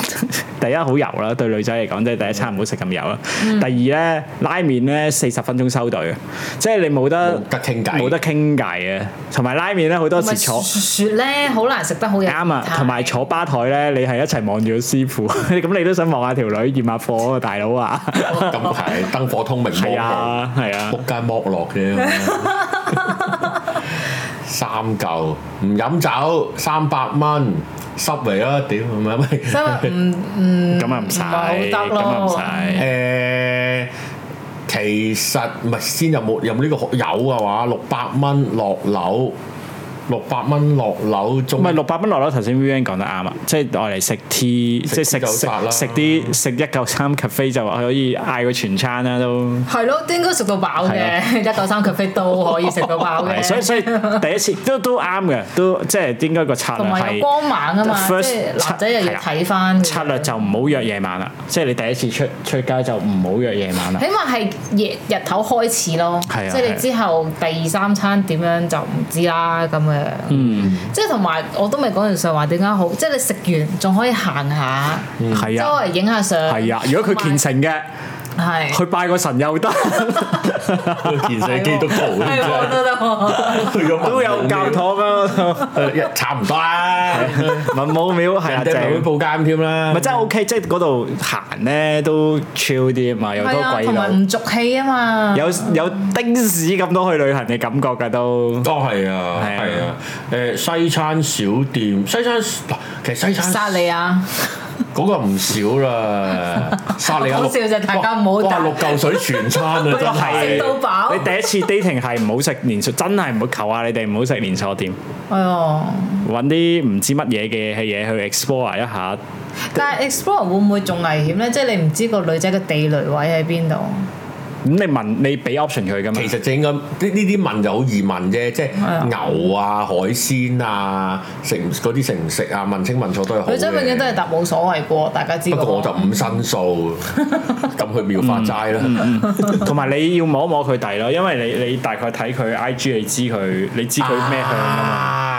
Speaker 2: 第一好油啦，對女仔嚟講即係第一餐唔好食咁油啦。
Speaker 3: 嗯
Speaker 2: 第二咧拉麵咧四十分鐘收隊嘅，即係你冇得
Speaker 1: 冇得傾偈
Speaker 2: 冇得傾偈嘅，同埋拉麵咧好多時坐。
Speaker 3: 雪咧，好難食得好有
Speaker 2: 啱啊，同埋坐吧台咧，你係一齊望住個師傅， 咁你都想望下條女驗下貨啊，大佬啊，
Speaker 1: 咁係燈火通明幫
Speaker 2: 係
Speaker 1: 忙，
Speaker 2: 啊，係啊，
Speaker 1: 仆街剝落啫。三嚿唔飲酒，三百蚊濕嚟啊！屌唔係咪？
Speaker 3: 真係唔唔
Speaker 2: 咁啊唔使，
Speaker 3: 唔係好得咯
Speaker 2: 咁啊唔使。
Speaker 1: 誒，其實唔係先有冇有冇呢個有嘅話，六百蚊落樓，六百蚊落樓仲
Speaker 2: 唔 係六百蚊落樓，頭先 Vivian 講得啱啊！即係我嚟食 tea，即係
Speaker 1: 食
Speaker 2: 食
Speaker 1: 就
Speaker 2: 食
Speaker 1: 殺啦
Speaker 2: 食啲食一嚿三 cafe 就話可以嗌個全餐啦都。
Speaker 3: 係咯，應該食到飽嘅，一九三 c a 都可以食到飽
Speaker 2: 係，
Speaker 3: 嘅。
Speaker 2: 所以所以第一次都都啱嘅，都即係應該個策
Speaker 3: 同
Speaker 2: 略
Speaker 3: 埋有
Speaker 2: 係
Speaker 3: 光猛啊嘛，即
Speaker 2: First-
Speaker 3: 係男仔又要睇翻
Speaker 2: 策略就唔好約夜晚啦，即係你第一次出出街就唔好約夜晚啦
Speaker 3: 起。碼係夜日頭開始咯，
Speaker 2: 係啊
Speaker 3: 即係
Speaker 2: 係
Speaker 3: 你
Speaker 2: 啊
Speaker 3: 之後第二三餐點樣就唔知啦咁嘅。嗯，即係同埋我都未講完上話點解好，即係你食完仲可以行下，
Speaker 2: 係
Speaker 3: 周
Speaker 2: 啊，
Speaker 3: 圍影下相。
Speaker 2: 係啊，如果佢虔誠嘅，
Speaker 3: 係
Speaker 2: 去拜個神又得，
Speaker 1: 健身基督徒
Speaker 3: 係啊我都得喎。
Speaker 1: 去咗
Speaker 2: 都有教堂啊，
Speaker 1: 一差唔多啦，
Speaker 2: 文武廟係啊，
Speaker 1: 人哋咪會
Speaker 2: 正。
Speaker 1: 報監添啦。
Speaker 2: 咪真係 OK，即係嗰度行咧都 chill 啲啊嘛，有好
Speaker 3: 係
Speaker 2: 多
Speaker 3: 啊，
Speaker 2: 鬼
Speaker 3: 同
Speaker 2: 佬
Speaker 3: 埋，唔俗氣啊嘛。
Speaker 2: 有有丁屎咁多去旅行嘅感覺㗎都。
Speaker 1: 都係啊，
Speaker 2: 係啊
Speaker 1: 係啊，誒西餐小店，西餐嗱，其實西餐
Speaker 3: 殺你啊！
Speaker 1: 嗰個唔少 啦，殺你啊！
Speaker 3: 講笑啫大家唔好
Speaker 1: 哇哇
Speaker 3: 打
Speaker 1: 六嚿水全餐 啊，真
Speaker 3: 食到
Speaker 1: 係。
Speaker 3: 飽
Speaker 2: 你第一 次 dating 係唔好食連鎖，真係唔好求下你哋唔好食連鎖店，
Speaker 3: 哎呀！
Speaker 2: 揾啲唔知乜嘢嘅嘢去 explore 一下。
Speaker 3: 但係 explore 會唔會仲危險咧？即係你唔知個女仔嘅地雷位喺邊度。
Speaker 2: 咁你問你俾 option 佢噶嘛
Speaker 1: 其？實就應該呢呢啲問就好易問啫，即係
Speaker 3: 啊
Speaker 1: 牛啊、海鮮啊、食唔嗰啲食唔食啊、問清問楚都係好嘅。
Speaker 3: 女仔永遠都係答冇所謂過，大家知
Speaker 1: 不
Speaker 3: 個。
Speaker 1: 過我就五申 數，咁去妙法齋
Speaker 2: 嗯
Speaker 1: 啦。
Speaker 2: 同埋你要摸一摸佢底咯，因為你你大概睇佢 IG，你知佢你知佢咩向啊嘛。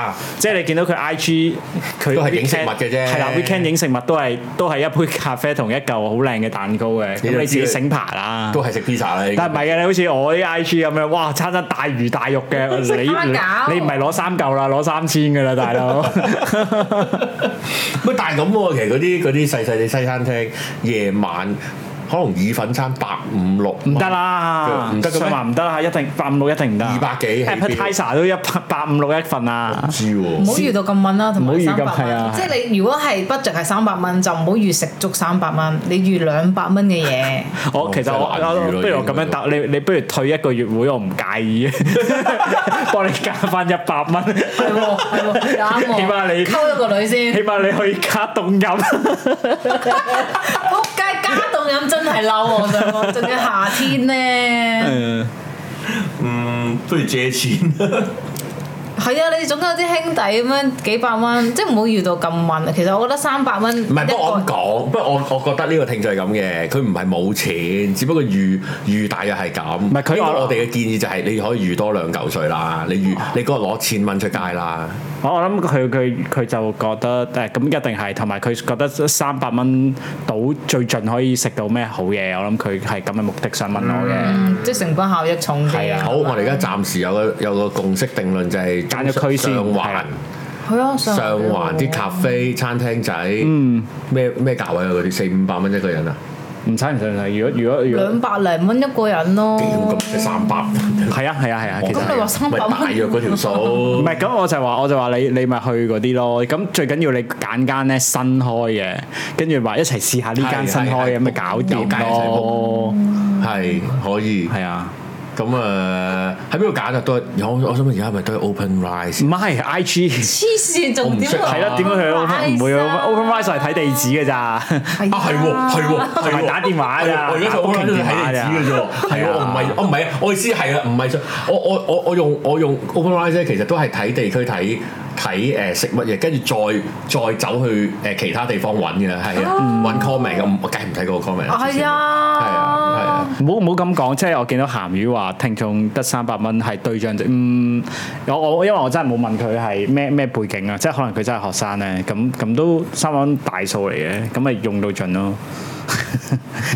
Speaker 1: 啊？
Speaker 2: 即係你見到佢 IG 佢
Speaker 1: 都係影
Speaker 2: weekend-
Speaker 1: 食物嘅啫
Speaker 2: 係啦，weekend 影食物都係都係一杯 咖啡同一嚿好靚嘅蛋糕嘅，
Speaker 1: 你
Speaker 2: 咁
Speaker 1: 就
Speaker 2: 你自己
Speaker 1: 知佢
Speaker 2: 醒爬啦。
Speaker 1: 都係食 pizza 啦。
Speaker 2: 但係唔係嘅，你好似我啲 IG 咁樣，哇，餐餐大魚大肉嘅， 你
Speaker 3: 搞
Speaker 2: 你你唔係攞三嚿啦，攞三千㗎啦，大佬。
Speaker 1: 喂，但係咁喎，其實嗰啲嗰啲細細嘅西餐廳，夜晚可能意粉餐百五六，
Speaker 2: 唔得，啦，
Speaker 1: 唔得嘅咩
Speaker 2: 上環唔得啦，一定八五六一定唔得。
Speaker 1: 二百幾起標
Speaker 2: appetizer 都一百八五六一份啊
Speaker 1: 唔。知喎。
Speaker 3: 唔好遇到咁敏啦，同
Speaker 2: 唔好
Speaker 3: 埋
Speaker 2: 遇
Speaker 3: 三
Speaker 2: 咁
Speaker 3: 百
Speaker 2: 係啊
Speaker 3: 蚊。即係你如果係 budget 係三百蚊，就唔好預食足三百蚊，你預兩百蚊嘅嘢。
Speaker 2: 我其實我
Speaker 1: 真係難遇咯
Speaker 2: 我不如我咁樣答你，你不如退一個月會，我唔介意， 幫你加翻一百蚊，
Speaker 3: 係喎，係喎，又啱喎。
Speaker 2: 起碼你
Speaker 3: 溝咗個女先
Speaker 2: 起，碼你可以加凍飲。
Speaker 3: 仆街加凍飲真係嬲啊我想講，仲要夏天咧。
Speaker 4: 嗯，不如借錢。
Speaker 3: 係啊，你總有啲兄弟咁樣幾百蚊，即係唔好遇到咁敏。其實我覺得三百蚊
Speaker 1: 唔係，
Speaker 3: 一
Speaker 1: 不過我咁
Speaker 3: 個
Speaker 1: 講，不過我我覺得呢個聽眾係咁嘅，佢唔係冇錢，只不過預預大約係咁。唔
Speaker 2: 係佢話哦
Speaker 1: 我哋嘅建議就係你可以預多兩嚿水啦，你預你嗰日攞千蚊出街啦。
Speaker 2: 我我諗佢佢佢就覺得誒咁一定係，同埋佢覺得三百蚊到最盡可以食到咩好嘢，我諗佢係咁嘅目的想問我嘅。
Speaker 3: 嗯即係成本效益重啲。
Speaker 2: 係啊
Speaker 1: 好，我哋而家暫時有個有個共識定論就係
Speaker 2: 揀咗區先
Speaker 1: 上
Speaker 2: 係
Speaker 1: 環
Speaker 2: 啊
Speaker 3: 係啊，
Speaker 1: 上環啲咖啡餐廳仔，咩咩價位啊？嗰啲四五百蚊一個人啊，
Speaker 2: 唔使唔使唔使，如果如果如
Speaker 3: 兩
Speaker 2: 果
Speaker 3: 百零蚊一個人咯。
Speaker 1: 屌咁即係三百蚊，
Speaker 2: 係啊係啊係啊，其實
Speaker 3: 咁你話三
Speaker 1: 咪
Speaker 3: 百
Speaker 1: 大
Speaker 3: 蚊
Speaker 1: 約嗰條數
Speaker 2: 唔。係，咁我就話我就話你你咪去嗰啲咯，咁最緊要你揀間咧新開嘅，跟住話一齊試下呢間
Speaker 1: 係
Speaker 2: 新開
Speaker 1: 係
Speaker 2: 嘅，咪搞
Speaker 1: 有間一
Speaker 2: 掂
Speaker 1: 齊
Speaker 2: 咯，
Speaker 1: 係可以，
Speaker 2: 係啊，
Speaker 1: 咁啊喺邊度揀啊？都係有，我想問而家係咪都係 Open Rise？
Speaker 2: 唔係 I G 係
Speaker 3: 黐線，仲點會
Speaker 1: 我唔識
Speaker 2: 啦，點樣去 open 唔會 open rise 係睇地址嘅咋，
Speaker 3: 係
Speaker 1: 啊，係喎，係喎，
Speaker 2: 哎同
Speaker 1: 係
Speaker 2: 埋
Speaker 1: 喎
Speaker 2: 打電話
Speaker 1: 係喎
Speaker 2: 咋，
Speaker 1: 我而家就 open
Speaker 2: 打屋企
Speaker 1: rise
Speaker 2: 電話
Speaker 1: 睇地
Speaker 2: 咋
Speaker 1: 址嘅啫喎，係
Speaker 2: 係
Speaker 1: 喎，
Speaker 2: 啊
Speaker 1: 我唔係，我唔係，我意思係啊啦，唔係想，我我我我用我用 open rise 咧，其實都係睇地區睇睇誒食乜嘢，跟住再再走去誒其他地方揾嘅，係
Speaker 2: 哦
Speaker 1: 啊，揾 comment 嘅，唔我梗係唔睇嗰個 comment 啦，黐線
Speaker 3: 係
Speaker 1: 係啊，係
Speaker 3: 啊
Speaker 1: 啊，，
Speaker 2: 唔好唔好咁講，即係我見到鹹魚話聽眾得三百蚊係對象值，嗯，我我因為我真係冇問佢係咩咩背景啊，即係可能佢真係學生咧，咁咁都三百蚊大數嚟嘅，咁咪用到盡咯。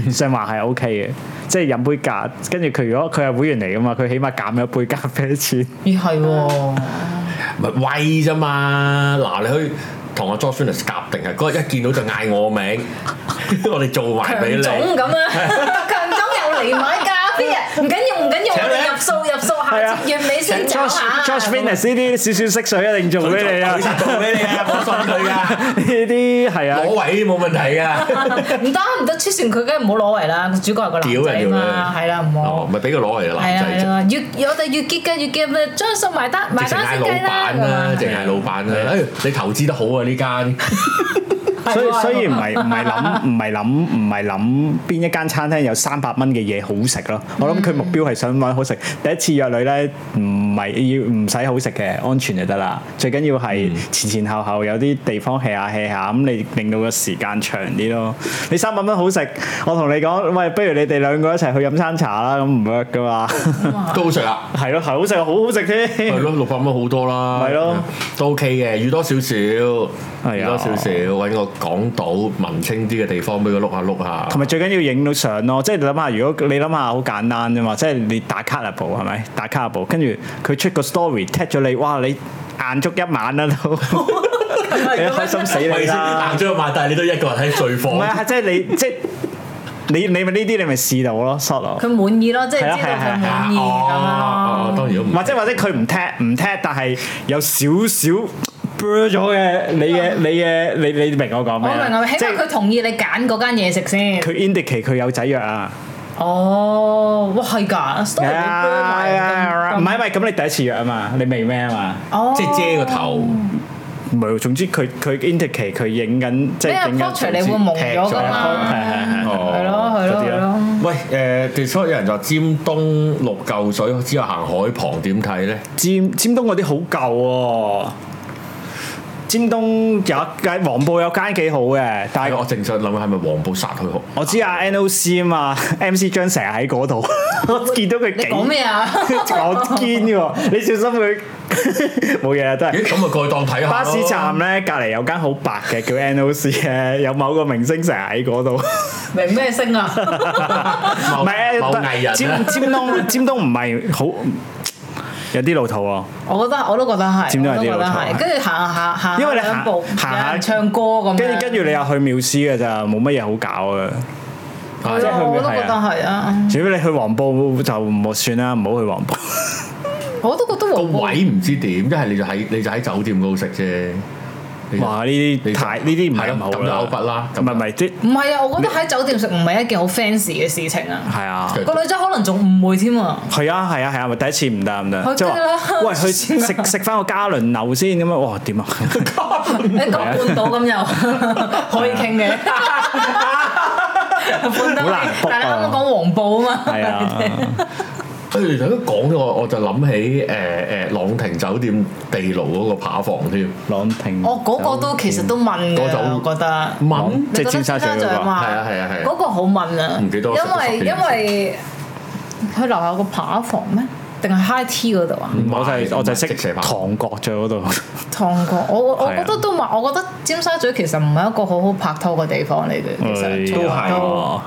Speaker 2: 上環係 OK 嘅，即係飲杯咖，跟住佢如果佢係會員嚟噶嘛，佢起碼減咗一杯咖啡 錢。
Speaker 3: 咦係喎，
Speaker 1: 咪威啫嘛，嗱你去。同阿 Josh Finis 夾定係嗰日一見到就嗌我名， 我哋做埋俾
Speaker 3: 強
Speaker 1: 你。
Speaker 3: 總咁啊，強總又嚟買咖啡啊！唔緊要唔緊要，
Speaker 1: 請
Speaker 3: 我
Speaker 1: 你啊
Speaker 3: 哋入數入數，下次月尾先走
Speaker 2: 啊
Speaker 3: 啊
Speaker 2: Josh
Speaker 3: 下。
Speaker 2: Josh Venus 呢啲少少色水一定做俾你啊！呢
Speaker 1: 做 俾你啊，我信佢噶，
Speaker 2: 啲係啊，
Speaker 1: 攞位冇問題啊噶。
Speaker 3: 唔得唔得，黐線佢梗係唔好攞嚟啦，個主角係個男
Speaker 1: 屌
Speaker 3: 仔
Speaker 1: 人
Speaker 3: 嘛，
Speaker 1: 屌
Speaker 3: 係啦唔
Speaker 1: 哦
Speaker 3: 好，。
Speaker 1: 咪俾佢攞嚟就
Speaker 3: 係
Speaker 1: 男
Speaker 3: 啊
Speaker 1: 仔
Speaker 3: 係
Speaker 1: 啫。
Speaker 3: 啊，越我哋越結嘅越結咪將數埋單埋
Speaker 1: 直情
Speaker 3: 單
Speaker 1: 嗌
Speaker 3: 先
Speaker 1: 老
Speaker 3: 計啊
Speaker 1: 闆啦，淨係老闆啦。哎，你投資得好啊呢間，
Speaker 2: 所以
Speaker 3: 係喎
Speaker 2: 所以唔係唔係諗唔係諗唔係諗邊一間餐廳有三百蚊嘅嘢好食咯。我
Speaker 3: 嗯
Speaker 2: 諗佢目標係想揾好食。第一次約女咧，唔係要唔使好食嘅，安全就得啦。最緊要係
Speaker 3: 嗯
Speaker 2: 前前後後有啲地方 hea 下 hea 下，咁你令到個時間長啲咯。你三百蚊好食，我同你講，喂，不如你哋兩個一齊去飲餐茶啦，咁唔 work 噶嘛？
Speaker 3: 嗯
Speaker 1: 都好食啊。
Speaker 2: 係咯，係好食，好好食
Speaker 1: 係
Speaker 2: 添。
Speaker 1: 咯，六百蚊好多啦，
Speaker 2: 係咯，
Speaker 1: 都 OK 嘅，預多少少，
Speaker 2: 啊
Speaker 1: 預多少少，揾個港島文青啲嘅地方俾佢碌下碌下。
Speaker 2: 同埋最緊要影到相咯，即係你諗下，如果你諗下好簡單啫嘛，即係你打卡啊部係咪？打卡啊部，跟住佢出個 story tag 咗你，哇！你硬足一晚啦都，你開心死
Speaker 1: 咪
Speaker 2: 你
Speaker 1: 先
Speaker 2: 啦
Speaker 1: 行！咗去賣，但係你都一個人喺醉
Speaker 2: 唔係
Speaker 1: 房。
Speaker 2: 啊，即係你即係你你咪呢啲你咪試到咯，shot 咯
Speaker 3: 佢，滿意咯，即係
Speaker 2: 係啊
Speaker 3: 知道
Speaker 2: 係啊
Speaker 3: 佢
Speaker 2: 係啊
Speaker 1: 哦
Speaker 3: 滿意咁樣咯。
Speaker 1: 當然都唔
Speaker 2: 或者或者佢唔 tag 唔 tag，但係有少少 blur 咗嘅，你嘅你嘅你你明我講
Speaker 3: 嗯我
Speaker 2: 咩
Speaker 3: 明
Speaker 2: 啊？
Speaker 3: 啊，起
Speaker 2: 即
Speaker 3: 碼
Speaker 2: 係
Speaker 3: 佢同意你揀嗰間嘢食先。
Speaker 2: 佢 indicate 佢有仔藥啊，
Speaker 3: 哦，哇係㗎，story
Speaker 2: 係
Speaker 3: 你 blur
Speaker 2: 啊係
Speaker 3: 埋
Speaker 2: 啊，唔
Speaker 3: 咁
Speaker 2: 係唔係，咁你第一次藥啊嘛，你未咩啊嘛？
Speaker 3: 哦，
Speaker 1: 即係遮個頭，
Speaker 2: 唔係，總之佢佢 indicate 佢影緊即係影
Speaker 3: 咩啊
Speaker 2: 緊
Speaker 3: portrait 你會蒙咗㗎嘛
Speaker 2: 係係係。
Speaker 1: 哦
Speaker 3: 係咯係咯
Speaker 2: 嗰啲
Speaker 3: 係
Speaker 2: 咯
Speaker 3: 咯。
Speaker 1: 喂，誒 d i s c o 有人就話尖東六嚿水之後行海旁點睇咧？
Speaker 2: 尖尖東嗰啲好舊喎。尖東有一間黃埔有間幾好嘅，但
Speaker 1: 係
Speaker 2: 係
Speaker 1: 哎我正想諗係咪黃埔殺去學？
Speaker 2: 我知啊 NOC 啊嘛，MC 張成日喺嗰 度，我見到佢
Speaker 3: 你
Speaker 2: 幾
Speaker 3: 講咩 啊？
Speaker 2: 我堅喎，你小心佢 冇嘢啊，都係
Speaker 1: 咦，。咁咪過去當睇下咯
Speaker 2: 巴士站咧，隔離有間好白嘅叫 NOC 嘅，有某個明星成日喺嗰度。
Speaker 3: 明咩星啊？
Speaker 1: 某
Speaker 2: 唔 係
Speaker 1: 某
Speaker 2: 但
Speaker 1: 藝人
Speaker 2: 尖
Speaker 1: 啊
Speaker 2: 尖 東尖東唔係好有啲老土喎，
Speaker 3: 我覺得我都覺得係，
Speaker 2: 尖東有啲
Speaker 3: 我都覺得
Speaker 2: 老土啊
Speaker 3: 係。跟住行下行下，
Speaker 2: 因為你
Speaker 3: 兩
Speaker 2: 行
Speaker 3: 步，
Speaker 2: 行
Speaker 3: 有
Speaker 2: 下
Speaker 3: 人唱歌
Speaker 1: 啊
Speaker 3: 咁樣。
Speaker 2: 跟住跟住你又去妙思嘅咋，冇乜嘢好搞嘅。
Speaker 3: 係
Speaker 2: 即係
Speaker 3: 啊，
Speaker 2: 佢
Speaker 3: 我都
Speaker 2: 係
Speaker 3: 覺得
Speaker 2: 啊
Speaker 3: 係啊，
Speaker 2: 除非你去黃埔就唔好算啦，唔好去黃埔。
Speaker 3: 我都覺得
Speaker 1: 個
Speaker 3: 黃埔
Speaker 1: 位唔知點，一係你就喺你就喺酒店嗰度食啫。你就
Speaker 2: 哇！呢啲
Speaker 1: 你就
Speaker 2: 太呢啲唔
Speaker 1: 係咯
Speaker 2: 係咁好
Speaker 1: 抌咗口筆啦
Speaker 2: 唔係唔係即
Speaker 3: 唔係啊，我覺得喺酒店食唔係一件好 fancy 嘅事情啊。
Speaker 2: 係 啊。
Speaker 1: 係
Speaker 3: 個女仔可能仲誤會 添啊。
Speaker 2: 係啊係啊係啊，咪第一次唔得唔得，
Speaker 3: 好
Speaker 2: 即係
Speaker 3: 得啦
Speaker 2: 話喂去食食翻個嘉麟樓先咁樣，哇點 啊？
Speaker 3: 你講半島咁又可以傾嘅，
Speaker 2: 好難 book 啊
Speaker 3: 半島，但係你啱啱講黃埔啊嘛，
Speaker 2: 係啊，
Speaker 1: 誒頭先講咗我我就諗起誒誒朗廷酒店地牢嗰個扒房添，
Speaker 2: 朗廷
Speaker 3: 我哦嗰個都其實都問嘅，
Speaker 1: 嗰種
Speaker 3: 我覺得。
Speaker 1: 問
Speaker 2: 即係尖沙咀嗰個
Speaker 3: 你覺得尖
Speaker 1: 嗯
Speaker 3: 嘛
Speaker 1: 係啊係啊係啊
Speaker 3: 嗰個好問啊，
Speaker 1: 唔記得我食咗
Speaker 3: 因為
Speaker 1: 十幾
Speaker 3: 因為佢樓下個扒房咩？定係 high tea 嗰度啊？
Speaker 2: 我就係我就係
Speaker 1: 即
Speaker 2: 識
Speaker 1: 寫扒
Speaker 2: 唐國啫嗰度，
Speaker 3: 唐國，我我
Speaker 2: 係啊
Speaker 3: 覺得都話，我覺得尖沙咀其實唔係一個好好拍拖嘅地方嚟嘅，其實
Speaker 4: 都係
Speaker 2: 嗯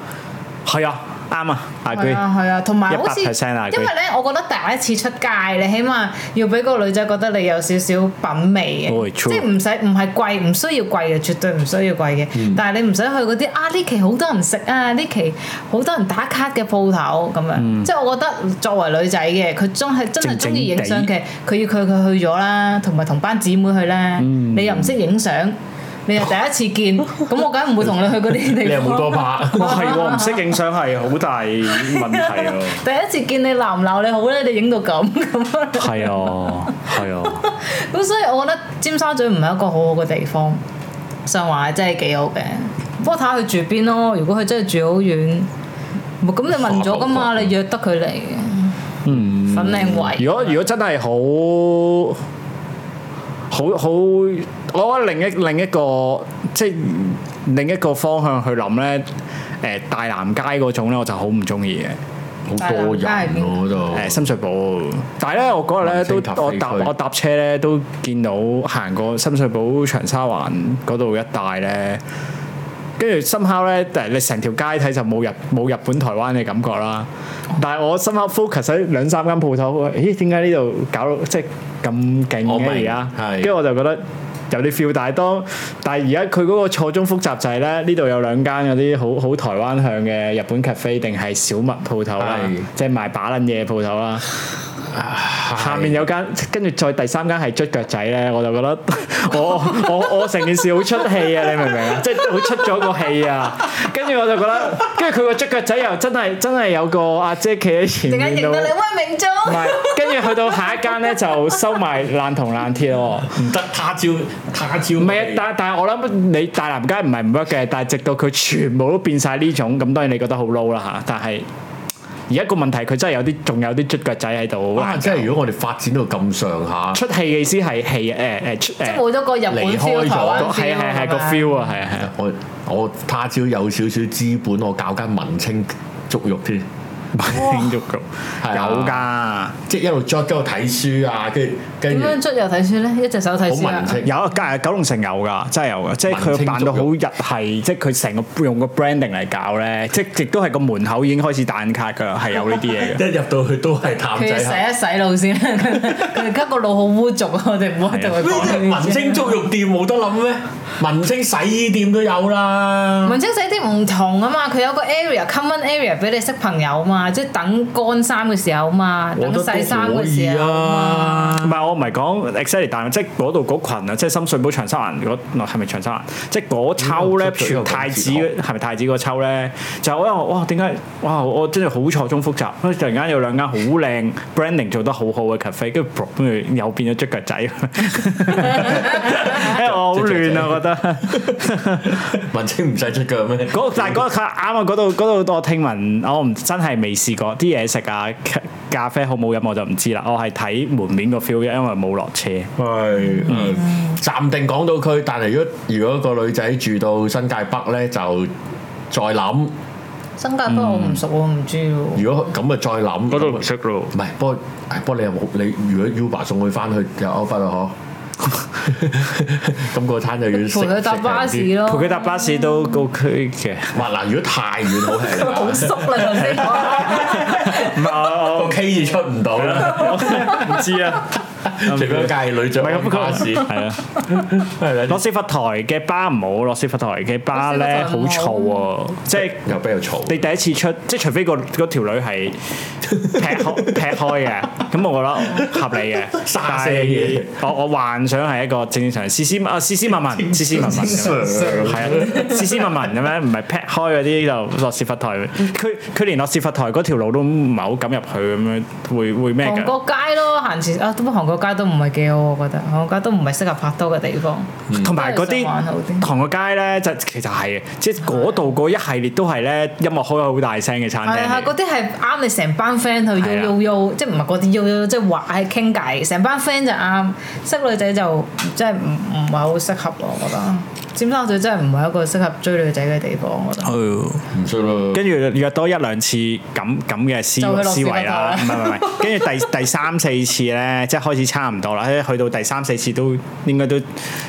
Speaker 2: 係哎係啊啱啊
Speaker 3: 係
Speaker 2: agree
Speaker 3: 啊係啊，同埋好似因為
Speaker 2: 100%啊佢
Speaker 3: 咧，我覺得第一次出街，你起碼要俾個女仔覺得你有少少品味
Speaker 2: 哦
Speaker 3: 嘅，
Speaker 2: true
Speaker 3: 即係唔使唔係貴，唔需要貴嘅，絕對唔需要貴嘅。但係你唔使去嗰啲啊呢期好多人食啊，呢期好多人打卡嘅鋪頭咁樣。即係我覺得作為女仔嘅，佢中係真係中意影相
Speaker 2: 靜靜
Speaker 3: 嘅，佢要佢佢去咗啦，同埋同班姊妹去啦，你又唔識影相。你又第一次見，咁我梗係唔會同你去嗰啲地
Speaker 1: 你
Speaker 3: 方。啊
Speaker 1: 有冇多 扒？
Speaker 2: 哇係喎唔識影相係好大問題啊！
Speaker 3: 第一次見你鬧唔鬧你好咧，你影到咁咁啊
Speaker 2: 係啊係啊。
Speaker 3: 咁所以我覺得尖沙咀唔係一個好好嘅地方，上環係真係幾好嘅。不過睇下佢住邊咯，如果佢真係住好遠，唔係咁你問咗噶嘛，你約得佢嚟嘅。嗯，粉嶺圍。
Speaker 2: 如果如果真係好好好，我覺得另一另一個即係另一個方向去諗咧，誒、大南街嗰種咧，我就好唔中意嘅。
Speaker 1: 好多人喎嗰度
Speaker 2: 誒、，深水埗，但係咧我嗰日咧
Speaker 1: 民生咖
Speaker 2: 都
Speaker 1: 啡
Speaker 2: 我搭
Speaker 1: 區
Speaker 2: 我搭車咧都見到行過深水埗長沙灣嗰度一帶咧，跟住深烤咧，但係你成條街睇就冇日冇日本台灣嘅感覺啦。但係我深烤 focus 喺兩三間鋪頭，咦點解呢度搞到即係咁勁
Speaker 1: 我明
Speaker 2: 嘅而家？
Speaker 1: 係
Speaker 2: 跟住我就覺得。有啲 feel，但係當但係而家佢嗰個錯綜複雜就係咧，呢度有兩間嗰啲好好台灣向嘅日本 cafe 定係小麥鋪頭啦
Speaker 1: 係，
Speaker 2: 即係賣把撚嘢嘅鋪頭啦。下面有間，跟住再第三間係捽腳仔咧，我就覺得 我我我成件事好出戲啊！你明唔明啊？即係好出咗個戲啊！跟住我就覺得，跟住佢個捽腳仔又真係真係有個阿姐企喺前
Speaker 3: 陣間
Speaker 2: 面
Speaker 3: 認
Speaker 2: 度
Speaker 3: 得。你喂明忠，
Speaker 2: 唔係，跟住去到下一間咧就收埋爛銅爛鐵咯。
Speaker 4: 唔得，他朝他朝
Speaker 2: 唔
Speaker 4: 我
Speaker 2: 係啊
Speaker 4: 哋，
Speaker 2: 但但係我諗你大南街唔係唔 work 嘅，但係直到佢全部都變晒呢種，咁當然你覺得好 low 啦嚇。但係而家個問題，佢真係有啲仲有啲捽腳仔喺度，
Speaker 1: 哇！即係如果我哋發展到咁上下，
Speaker 2: 出氣嘅意思係氣誒誒出
Speaker 3: 即係
Speaker 2: 誒，
Speaker 3: 冇咗個日本
Speaker 1: 離開
Speaker 3: feel、
Speaker 1: 咗
Speaker 3: 台灣
Speaker 2: 個係
Speaker 3: feel
Speaker 2: 係係個
Speaker 3: 咁樣
Speaker 2: feel 啊，係 啊係啊，
Speaker 1: 我我他朝有少少資本，我搞間文青足浴添，
Speaker 2: 聽足夠
Speaker 1: 係
Speaker 2: 有
Speaker 1: 即係一路 j 一路睇書啊，跟住跟住
Speaker 3: 點樣捽又睇書咧？一隻手睇書
Speaker 1: 好
Speaker 3: 啊
Speaker 1: 文！青
Speaker 2: 㗎，。有啊，誒九龍城有㗎，真係有㗎，即係
Speaker 1: 文
Speaker 2: 佢
Speaker 1: 青
Speaker 2: 扮到好
Speaker 1: 足
Speaker 2: 日系，即係佢成個用個 branding 嚟搞咧，即係亦都係個門口已經開始彈卡㗎啦，係有呢啲嘢嘅。
Speaker 1: 一入到去都係探
Speaker 3: 佢要
Speaker 1: 仔
Speaker 3: 洗
Speaker 1: 下。
Speaker 3: 一洗腦先，佢而家個腦好污濁啊！我哋唔好喺度
Speaker 4: 呢啲
Speaker 3: 講呢
Speaker 4: 文
Speaker 3: 啲
Speaker 4: 青足浴店冇得諗咩？文青洗衣店都有啦。
Speaker 3: 文青洗啲唔同啊嘛，佢有個 area common area 俾你識朋友啊嘛，即係等乾衫嘅時候啊嘛，
Speaker 4: 我
Speaker 3: 等
Speaker 4: 覺得
Speaker 3: 洗衫
Speaker 4: 都可
Speaker 3: 嘅
Speaker 4: 以
Speaker 3: 時候嘛。
Speaker 4: 啊。
Speaker 2: 唔係我唔係講 exactly，但係即係嗰度嗰群啊，即係深水埗長沙灣嗰，嗱係咪長沙灣？即係嗰抽咧，
Speaker 1: 嗯出咗個
Speaker 2: 太子
Speaker 1: 字幕
Speaker 2: 係咪太子嗰抽咧？就我因為哇點解哇我真係好錯綜複雜，跟住突然間有兩間好靚 branding 做得好好嘅 cafe，跟住 boom，跟住又變咗捽腳仔， 因為我好亂啊，我覺得。
Speaker 4: 文青唔使出腳咩？
Speaker 2: 嗰但係嗰啱啊！嗰度嗰度我聽聞，我唔真係未試過啲嘢食啊，咖咖啡好唔好飲我就唔知啦。我係睇門面個 feel，因為冇落車。
Speaker 1: 係，嗯暫定港島區，但係如果如果個女仔住到新界北咧，就再諗。
Speaker 3: 新加坡我唔熟，我唔知
Speaker 4: 嗯
Speaker 3: 喎。
Speaker 1: 如果咁啊，再諗。
Speaker 2: 識咯。
Speaker 1: 唔係，不過唉不過你又冇你，如果 Uber 送佢翻去就 out 翻咯， 嗬。咁個餐就要食
Speaker 3: 陪佢搭巴士。咯，
Speaker 2: 陪佢搭巴士都 OK 嘅，
Speaker 1: 食平啲哇！嗱，如果太遠好吃力
Speaker 3: 好
Speaker 1: 啊，
Speaker 3: 熟啦頭先
Speaker 2: 唔係我
Speaker 1: 個 K 字出唔到啦，
Speaker 2: 我唔知啊，
Speaker 1: 除非街係女仔
Speaker 2: 唔係
Speaker 1: 開
Speaker 2: 咁
Speaker 1: 巴士，
Speaker 2: 係啊。
Speaker 1: 係啦
Speaker 2: 羅，斯佛台嘅巴唔好，羅斯佛台嘅巴咧好
Speaker 3: 羅斯
Speaker 2: 嘈
Speaker 3: 福台
Speaker 2: 喎，即係。
Speaker 1: 又比較嘈。
Speaker 2: 你第一次出，即係除非個嗰條女係 劈開劈開嘅，咁我覺得合理嘅。
Speaker 1: 沙
Speaker 2: 但
Speaker 1: 聲
Speaker 2: 係
Speaker 1: 嘢
Speaker 2: 我我幻想係一個正正常斯斯啊斯斯文文斯斯文文咁樣，係啊斯斯文文咁樣，唔係劈開嗰啲就落屎佛台。佢佢連落屎佛台嗰條路都唔係好敢入去咁樣，會會咩
Speaker 3: 韓
Speaker 2: 㗎？
Speaker 3: 國街咯，行前啊，不過韓國街都唔係幾好，我覺得韓國街都唔係適合拍拖嘅地方。
Speaker 1: 嗯
Speaker 2: 同埋嗰
Speaker 3: 都係
Speaker 2: 啲
Speaker 3: 想玩好啲
Speaker 2: 韓國街咧，就其實係嘅，即係嗰度嗰一系列都係咧音樂開好大聲嘅餐廳
Speaker 3: 係啊，
Speaker 2: 嚟嘅。
Speaker 3: 嗰啲係啱你成班 friend 去
Speaker 2: 係啊
Speaker 3: 喐喐喐，即係唔係嗰啲喐喐，即係話係傾偈，成班 friend 就啱。識女仔就真係唔唔係好適合我覺得。尖沙咀真係唔係一個適合追女仔嘅地方，我
Speaker 1: 哎
Speaker 3: 覺得。
Speaker 1: 唔識咯。
Speaker 2: 跟住約多一兩次咁咁嘅思
Speaker 3: 就會落
Speaker 2: 思
Speaker 3: 屎忽
Speaker 2: 維啦，唔係唔
Speaker 3: 啊
Speaker 2: 係唔係，跟住第第三四次咧，即係開始差唔多啦，去到第三四次都應該都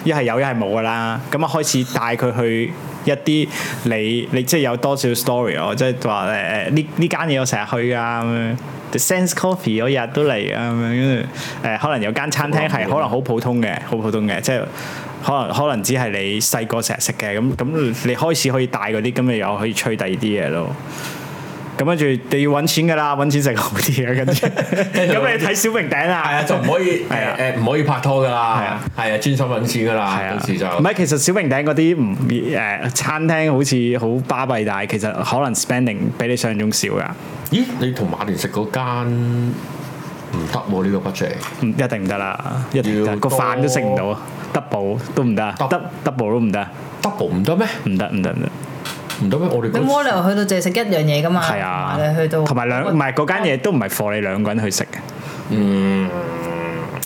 Speaker 2: 一係有一係冇噶啦，咁啊開始帶佢去一啲你你即係有多少 story 啊咯，即係話誒誒呢呢間嘢我成日去噶咁樣。The Sense Coffee 我日日都嚟啊咁樣，跟住誒可能有間餐廳係可能好普通嘅，好普通嘅，即係可能可能只係你細個成日食嘅，咁咁你開始可以帶嗰啲，咁你又可以吹第二啲嘢咯。咁跟住你要揾錢㗎啦，揾錢食好啲啊！ 跟住咁你睇小明頂
Speaker 1: 係
Speaker 2: 啦
Speaker 1: 啊，，就唔可以
Speaker 2: 係啊
Speaker 1: 誒誒，唔可以拍拖噶啦，係啊，專心揾錢噶啦，
Speaker 2: 係啊
Speaker 1: 到時就
Speaker 2: 唔係其實小明頂嗰啲唔誒餐廳好似好巴閉，但係其實可能 spending 比你想象中少㗎，
Speaker 1: 咦？你同馬連食嗰間唔得喎，呢個 budget
Speaker 2: 唔嗯一定唔得啦，一定唔得
Speaker 1: 要
Speaker 2: 個
Speaker 1: 多
Speaker 2: 飯都食唔到，double 啊都唔得啊
Speaker 1: 得
Speaker 2: ，double 都唔得，
Speaker 1: double 唔得咩？
Speaker 2: 唔得唔得唔得。
Speaker 1: 唔得咩？我哋
Speaker 3: 你冇理由去到淨係食一樣嘢噶嘛？
Speaker 2: 係啊，
Speaker 3: 你去到
Speaker 2: 同埋兩唔係嗰間嘢都唔係貨你兩個人去食啊嘅，
Speaker 1: 嗯，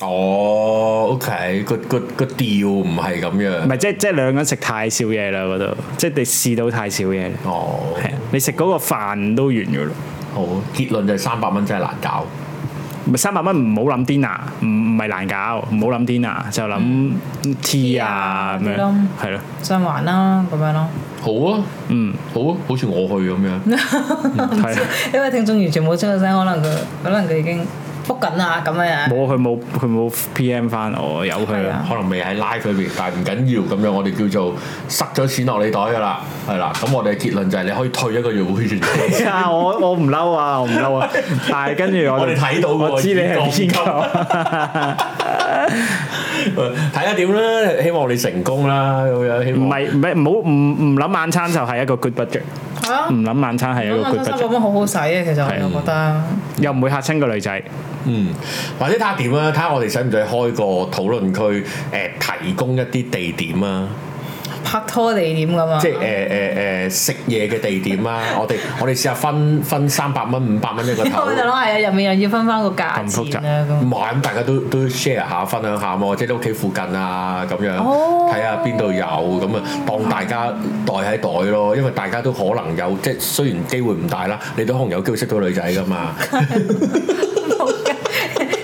Speaker 1: 哦，OK，個個個調唔係咁
Speaker 2: 唔
Speaker 1: 樣，
Speaker 2: 係即係即係兩個人食太少嘢啦嗰度，即係你試到太少嘢，
Speaker 1: 哦，
Speaker 2: 係啊你食嗰個飯都完咗咯，
Speaker 1: 好，結論就係三百蚊真係難搞，
Speaker 2: 咪三百蚊唔好諗 dinner，唔唔係難搞，唔好諗 dinner 就諗 tea 啊咁樣
Speaker 3: 啲咯，
Speaker 2: 係咯，
Speaker 3: 上環啦咁樣咯。
Speaker 1: 好啊，
Speaker 2: 嗯，
Speaker 1: 好啊，好似我去咁 樣，
Speaker 2: 係啊
Speaker 3: 因為聽眾完全冇出個聲，可能佢可能佢已經 book 緊啦咁樣樣。
Speaker 2: 冇佢冇佢冇 PM 翻我，由佢
Speaker 3: 係
Speaker 2: 啦
Speaker 3: 啊。
Speaker 1: 可能未喺 live 裏邊，但係唔緊要，咁樣我哋叫做塞咗錢落你袋㗎啦，係啦，咁我哋嘅結論就係你可以退一個月會員，
Speaker 2: 啊！我我唔嬲啊，我唔嬲啊！但係跟住我就
Speaker 1: 我哋睇到喎
Speaker 2: 我知你係邊
Speaker 1: 已
Speaker 2: 個。
Speaker 1: 睇下點啦，希望你成功啦，咁樣希
Speaker 2: 唔
Speaker 1: 望。
Speaker 2: 係唔係唔好唔唔諗晚餐就係一個 good budget，
Speaker 3: 係啊
Speaker 2: 唔，諗晚餐係一個
Speaker 3: 咁
Speaker 2: good
Speaker 3: 啊三百
Speaker 2: budget，
Speaker 3: 蚊好好使啊，其實我又覺得。
Speaker 2: 又唔會嚇親個女仔。
Speaker 1: 嗯，或者睇下點啊，睇下我哋使唔使開個討論區，誒、提供一啲地點啊，
Speaker 3: 拍拖地點咁啊，
Speaker 1: 即係誒誒 誒食嘢嘅地點啊， 我哋我哋試下分分三百蚊、五百蚊一個
Speaker 3: 因為
Speaker 1: 頭
Speaker 3: 我，就諗係啊，入面又要分翻個價
Speaker 2: 咁複雜
Speaker 3: 錢啊 咁。
Speaker 1: 唔係咁大家都都 share 下、分享下嘛，或者你屋企附近啊咁樣，
Speaker 3: 哦
Speaker 1: 睇下邊度有咁啊，當大家袋喺袋咯，因為大家都可能有，即係雖然機會唔大啦，你都可能有機會識到女仔噶嘛，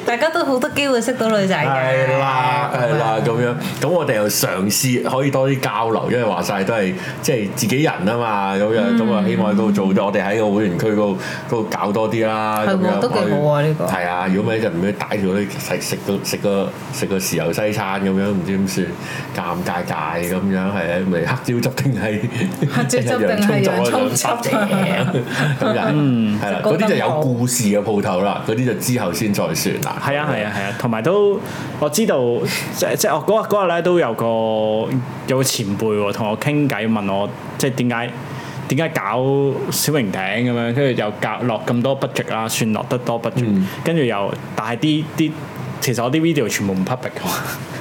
Speaker 3: 大家都好多
Speaker 5: 機會識到女仔嘅。
Speaker 4: 係
Speaker 3: 啊
Speaker 4: 啦，係啦，咁樣，咁我哋又嘗試可以多啲交流，因為話晒都係即係自己人啊嘛，咁
Speaker 3: 嗯
Speaker 4: 樣，咁啊希望喺嗰度做咗，我哋喺個會員區嗰度嗰度搞多啲啦，
Speaker 3: 係
Speaker 4: 咁
Speaker 3: 喎
Speaker 4: 樣
Speaker 3: 都幾好啊呢個
Speaker 4: 係啊，如果唔係就唔會帶條女食食個食個食個豉油西餐咁樣，唔知點算，尷尬尬咁樣係啊咪黑椒汁定係
Speaker 3: 黑 椒汁定係洋葱汁啊
Speaker 4: 咁樣係
Speaker 3: 嗯
Speaker 4: 啦，嗰啲就有故事嘅鋪頭啦，嗰啲就之後先再算啦。
Speaker 2: 係啊係啊係啊，同埋都我知道，即即我嗰日嗰日咧都有個有個前輩喎，同我傾偈問我即係點解點解搞小明頂咁樣，跟住又夾落咁多 budget 啦，算落得多 budget，跟住又但係啲啲其實我啲 video 全部唔 public 噶嘛，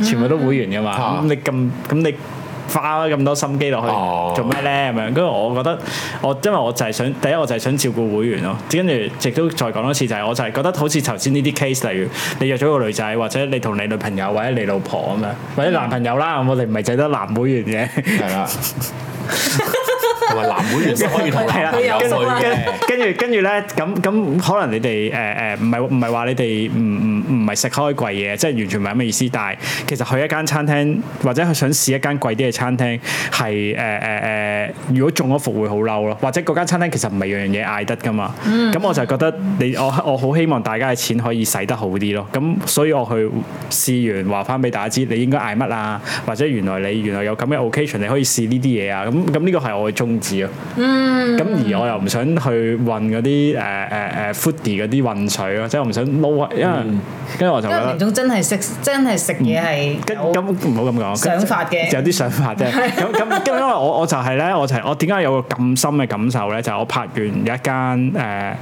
Speaker 2: 全部都會員噶嘛，咁你咁咁你。花咁多心機落
Speaker 4: 哦
Speaker 2: 去做咩咧？咁樣，跟住我覺得我因為我就係想第一，我就係想照顧會員咯。跟住亦都再講多次，就係、我就係覺得好似頭先呢啲 case，例如你約咗個女仔，或者你同你女朋友或者你老婆咁樣，或者男朋友啦，咁我哋唔係淨得男會員嘅。
Speaker 4: 係啦。同埋男會員都可以同
Speaker 2: 係
Speaker 4: 男
Speaker 2: 啦，
Speaker 4: 朋友去
Speaker 2: 跟住
Speaker 4: 嘅，
Speaker 2: 跟住跟住咧，咁咁可能你哋誒誒唔係唔係話你哋唔唔唔係食開貴嘢，即係完全唔係咁嘅意思。但係其實去一間餐廳或者佢想試一間貴啲嘅餐廳，係誒誒誒，如果中咗伏會好嬲咯，或者嗰間餐廳其實唔係樣樣嘢嗌得噶嘛。咁、我就覺得你我我好希望大家嘅錢可以使得好啲咯。咁所以我去試完話翻俾大家知，你應該嗌乜啊，或者原來你原來有咁嘅 occasion 你可以試呢啲嘢啊。咁咁呢個係我嘅宗旨咯。
Speaker 3: 嗯
Speaker 2: 咁而我又唔想去運嗰啲誒誒誒 foodie 嗰啲混水咯，即係我唔想撈，因為跟住我就
Speaker 3: 因
Speaker 2: 覺
Speaker 3: 為明
Speaker 2: 得。
Speaker 3: 總真係食真係食嘢係
Speaker 2: 跟
Speaker 3: 有
Speaker 2: 咁唔好咁講，
Speaker 3: 想法嘅
Speaker 2: 有啲想法 啫。咁咁咁，因為我我就係咧，我就係我點解有個咁深嘅感受咧？就係我拍完有一間誒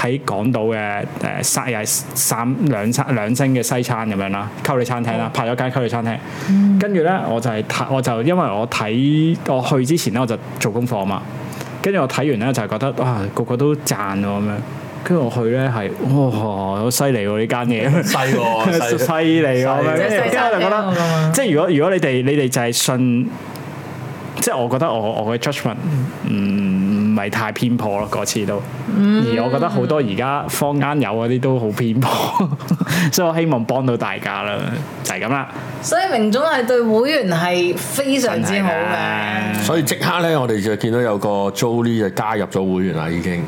Speaker 2: 喺港島嘅誒三又係三兩餐兩星嘅西餐咁樣啦，溝女餐廳
Speaker 3: 哦
Speaker 2: 啦，拍咗間溝女餐廳。
Speaker 3: 嗯
Speaker 2: 跟住咧，我就係睇，我就因為我睇我去之前咧，我就做功課嘛。跟住我睇完咧就係覺得哇個個都讚喎咁樣，跟住我去咧係哇好犀利喎呢間嘢，
Speaker 4: 細喎，
Speaker 2: 犀
Speaker 4: 細
Speaker 2: 利喎咁樣，跟
Speaker 3: 即係細
Speaker 2: 住我就覺
Speaker 3: 餐廳咁樣
Speaker 2: 得即係如果如果你哋你哋就係信，即係我覺得我我嘅 judgment 唔唔係太偏頗咯嗰次都，
Speaker 3: 嗯
Speaker 2: 而我覺得好多而家坊間有嗰啲都好偏頗， 所以我希望幫到大家啦，就係咁啦，
Speaker 3: 所以明總係對會員係非常之
Speaker 2: 真係
Speaker 3: 好嘅。
Speaker 2: 㗎
Speaker 1: 所以即刻咧，我哋就見到有個 Jolie 就加入咗會員啦，已經。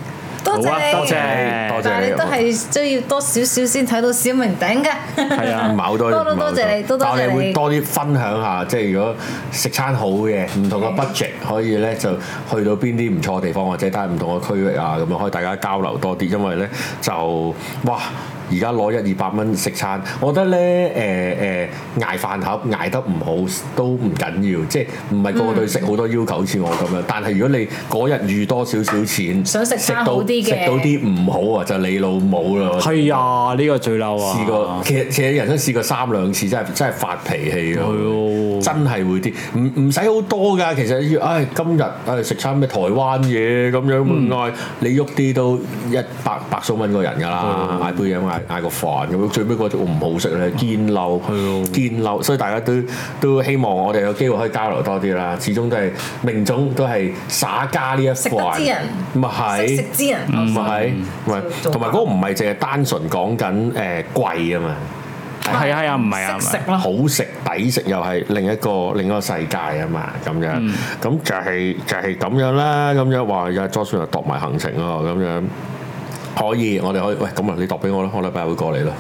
Speaker 3: 多
Speaker 2: 好啊
Speaker 3: 謝你，
Speaker 2: 多謝
Speaker 1: 多謝
Speaker 3: 但係你都係需要多少少先睇到小明頂嘅。
Speaker 2: 係啊
Speaker 1: 唔係。好多，
Speaker 3: 多多多謝你多多謝
Speaker 1: 但
Speaker 3: 你
Speaker 1: 我哋會多啲分享下，即係如果食餐好嘅，唔同
Speaker 3: 嗯
Speaker 1: 嘅 budget 可以咧就去到邊啲唔錯嘅地方，或者但係唔同嘅區域啊，咁樣可以大家交流多啲，因為咧就哇。而家攞一二百蚊食餐，我覺得咧誒誒捱飯盒捱得唔好都唔緊要，即係唔係個
Speaker 3: 嗯
Speaker 1: 個對食好多要求，好似我咁樣。但係如果你嗰日預多少少錢，
Speaker 3: 想食餐
Speaker 1: 到
Speaker 3: 好啲嘅
Speaker 1: 食到啲唔好啊，就你老母啦。
Speaker 2: 係啊，呢個最嬲啊！
Speaker 1: 試過，其實其實人生試過三兩次，真係真係發脾氣咯，
Speaker 2: 係喎
Speaker 1: 真係會啲，唔唔使好多㗎。其實要，唉，今日唉食餐咩台灣嘢咁樣，
Speaker 2: 嗯
Speaker 1: 嗌你喐啲都一百百數蚊個人㗎啦，嗌杯嘢嗌嗌個飯咁樣，最尾嗰隻我唔好食
Speaker 2: 嗯
Speaker 1: 咧，堅漏，堅漏，所以大家都都希望我哋有機會可以交流多啲啦。始終都係命中都係耍家呢一
Speaker 3: 食得
Speaker 1: 塊
Speaker 3: 之人，
Speaker 1: 咪係嗯
Speaker 3: 識食之人，
Speaker 1: 唔係，唔係，
Speaker 3: 做
Speaker 1: 同埋嗰個唔係淨係單純講緊誒貴啊嘛，
Speaker 2: 係啊係啊，唔係啊，唔
Speaker 3: 識
Speaker 2: 係
Speaker 3: 食
Speaker 2: 啊
Speaker 3: 咯。
Speaker 1: 好食抵食又係另一個另一個世界啊嘛，咁樣，咁、就係、就係、咁樣啦，咁樣話又 j o s 又度埋行程咯，咁樣。可以，我哋可以喂咁啊！你度俾我啦，我禮拜日會過嚟啦。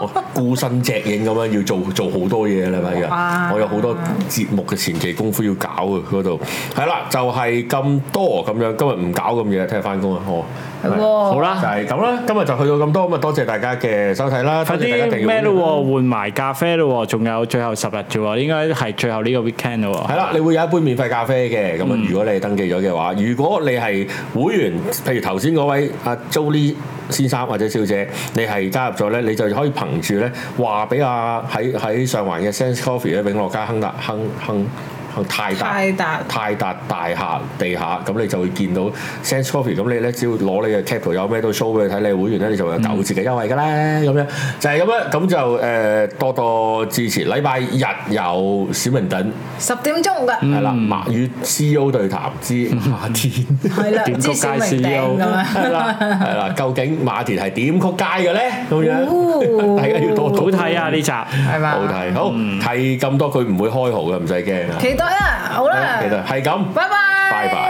Speaker 1: 我孤身隻影咁樣要做做好多嘢啦，禮拜
Speaker 3: 哇
Speaker 1: 日我有好多節目嘅前期功夫要搞啊嗰度。係啦，就係、咁多咁樣，今日唔搞咁嘢，聽日翻工啊，我
Speaker 3: 係喎
Speaker 1: 好啦，就係咁啦，今日就去到咁多，咁啊多謝大家嘅收睇啦，多
Speaker 2: 快
Speaker 1: 謝大家訂
Speaker 2: 啲
Speaker 1: 閱
Speaker 2: 咩咯喎，換埋咖啡咯喎，仲有最後十日啫喎，應該係最後呢個 weekend 咯喎。
Speaker 1: 係啦，你會有一杯免費咖啡嘅，咁啊，如果你係登記咗嘅話，如果你係會員，譬如頭先嗰位阿 Jolie 先生或者小姐，你係加入咗咧，你就可以憑住咧話俾阿喺喺上環嘅 Sense Coffee 咧，永樂街亨達亨亨向泰達
Speaker 3: 泰達
Speaker 1: 泰達大廈地下，咁你就會見到 Sense Coffee。咁你咧只要攞你嘅 cap 圖有咩都 show 俾佢睇，你會員咧你就會有九折嘅優惠㗎啦。咁樣就係咁樣，咁就誒、呃多多支持。禮拜日有小明等
Speaker 3: 十點鐘㗎，
Speaker 1: 係
Speaker 2: 嗯
Speaker 1: 啦，馬與 CEO 對談之馬田。
Speaker 3: 係啦，
Speaker 2: 點
Speaker 3: 知
Speaker 2: 谷
Speaker 3: 小
Speaker 2: 街
Speaker 3: 明頂
Speaker 2: CEO
Speaker 3: 咁樣。
Speaker 1: 係啦，係啦，究竟馬田係點曲街嘅咧？咁樣
Speaker 3: 哦
Speaker 1: 大家要多
Speaker 2: 好
Speaker 1: 多
Speaker 2: 睇啊呢嗯集，
Speaker 3: 係嘛？
Speaker 1: 好睇，好睇咁多佢唔會開號嘅，唔使驚啊！
Speaker 3: 期待啊！好啦，
Speaker 1: 其實係咁，
Speaker 3: 拜拜，
Speaker 1: 拜拜。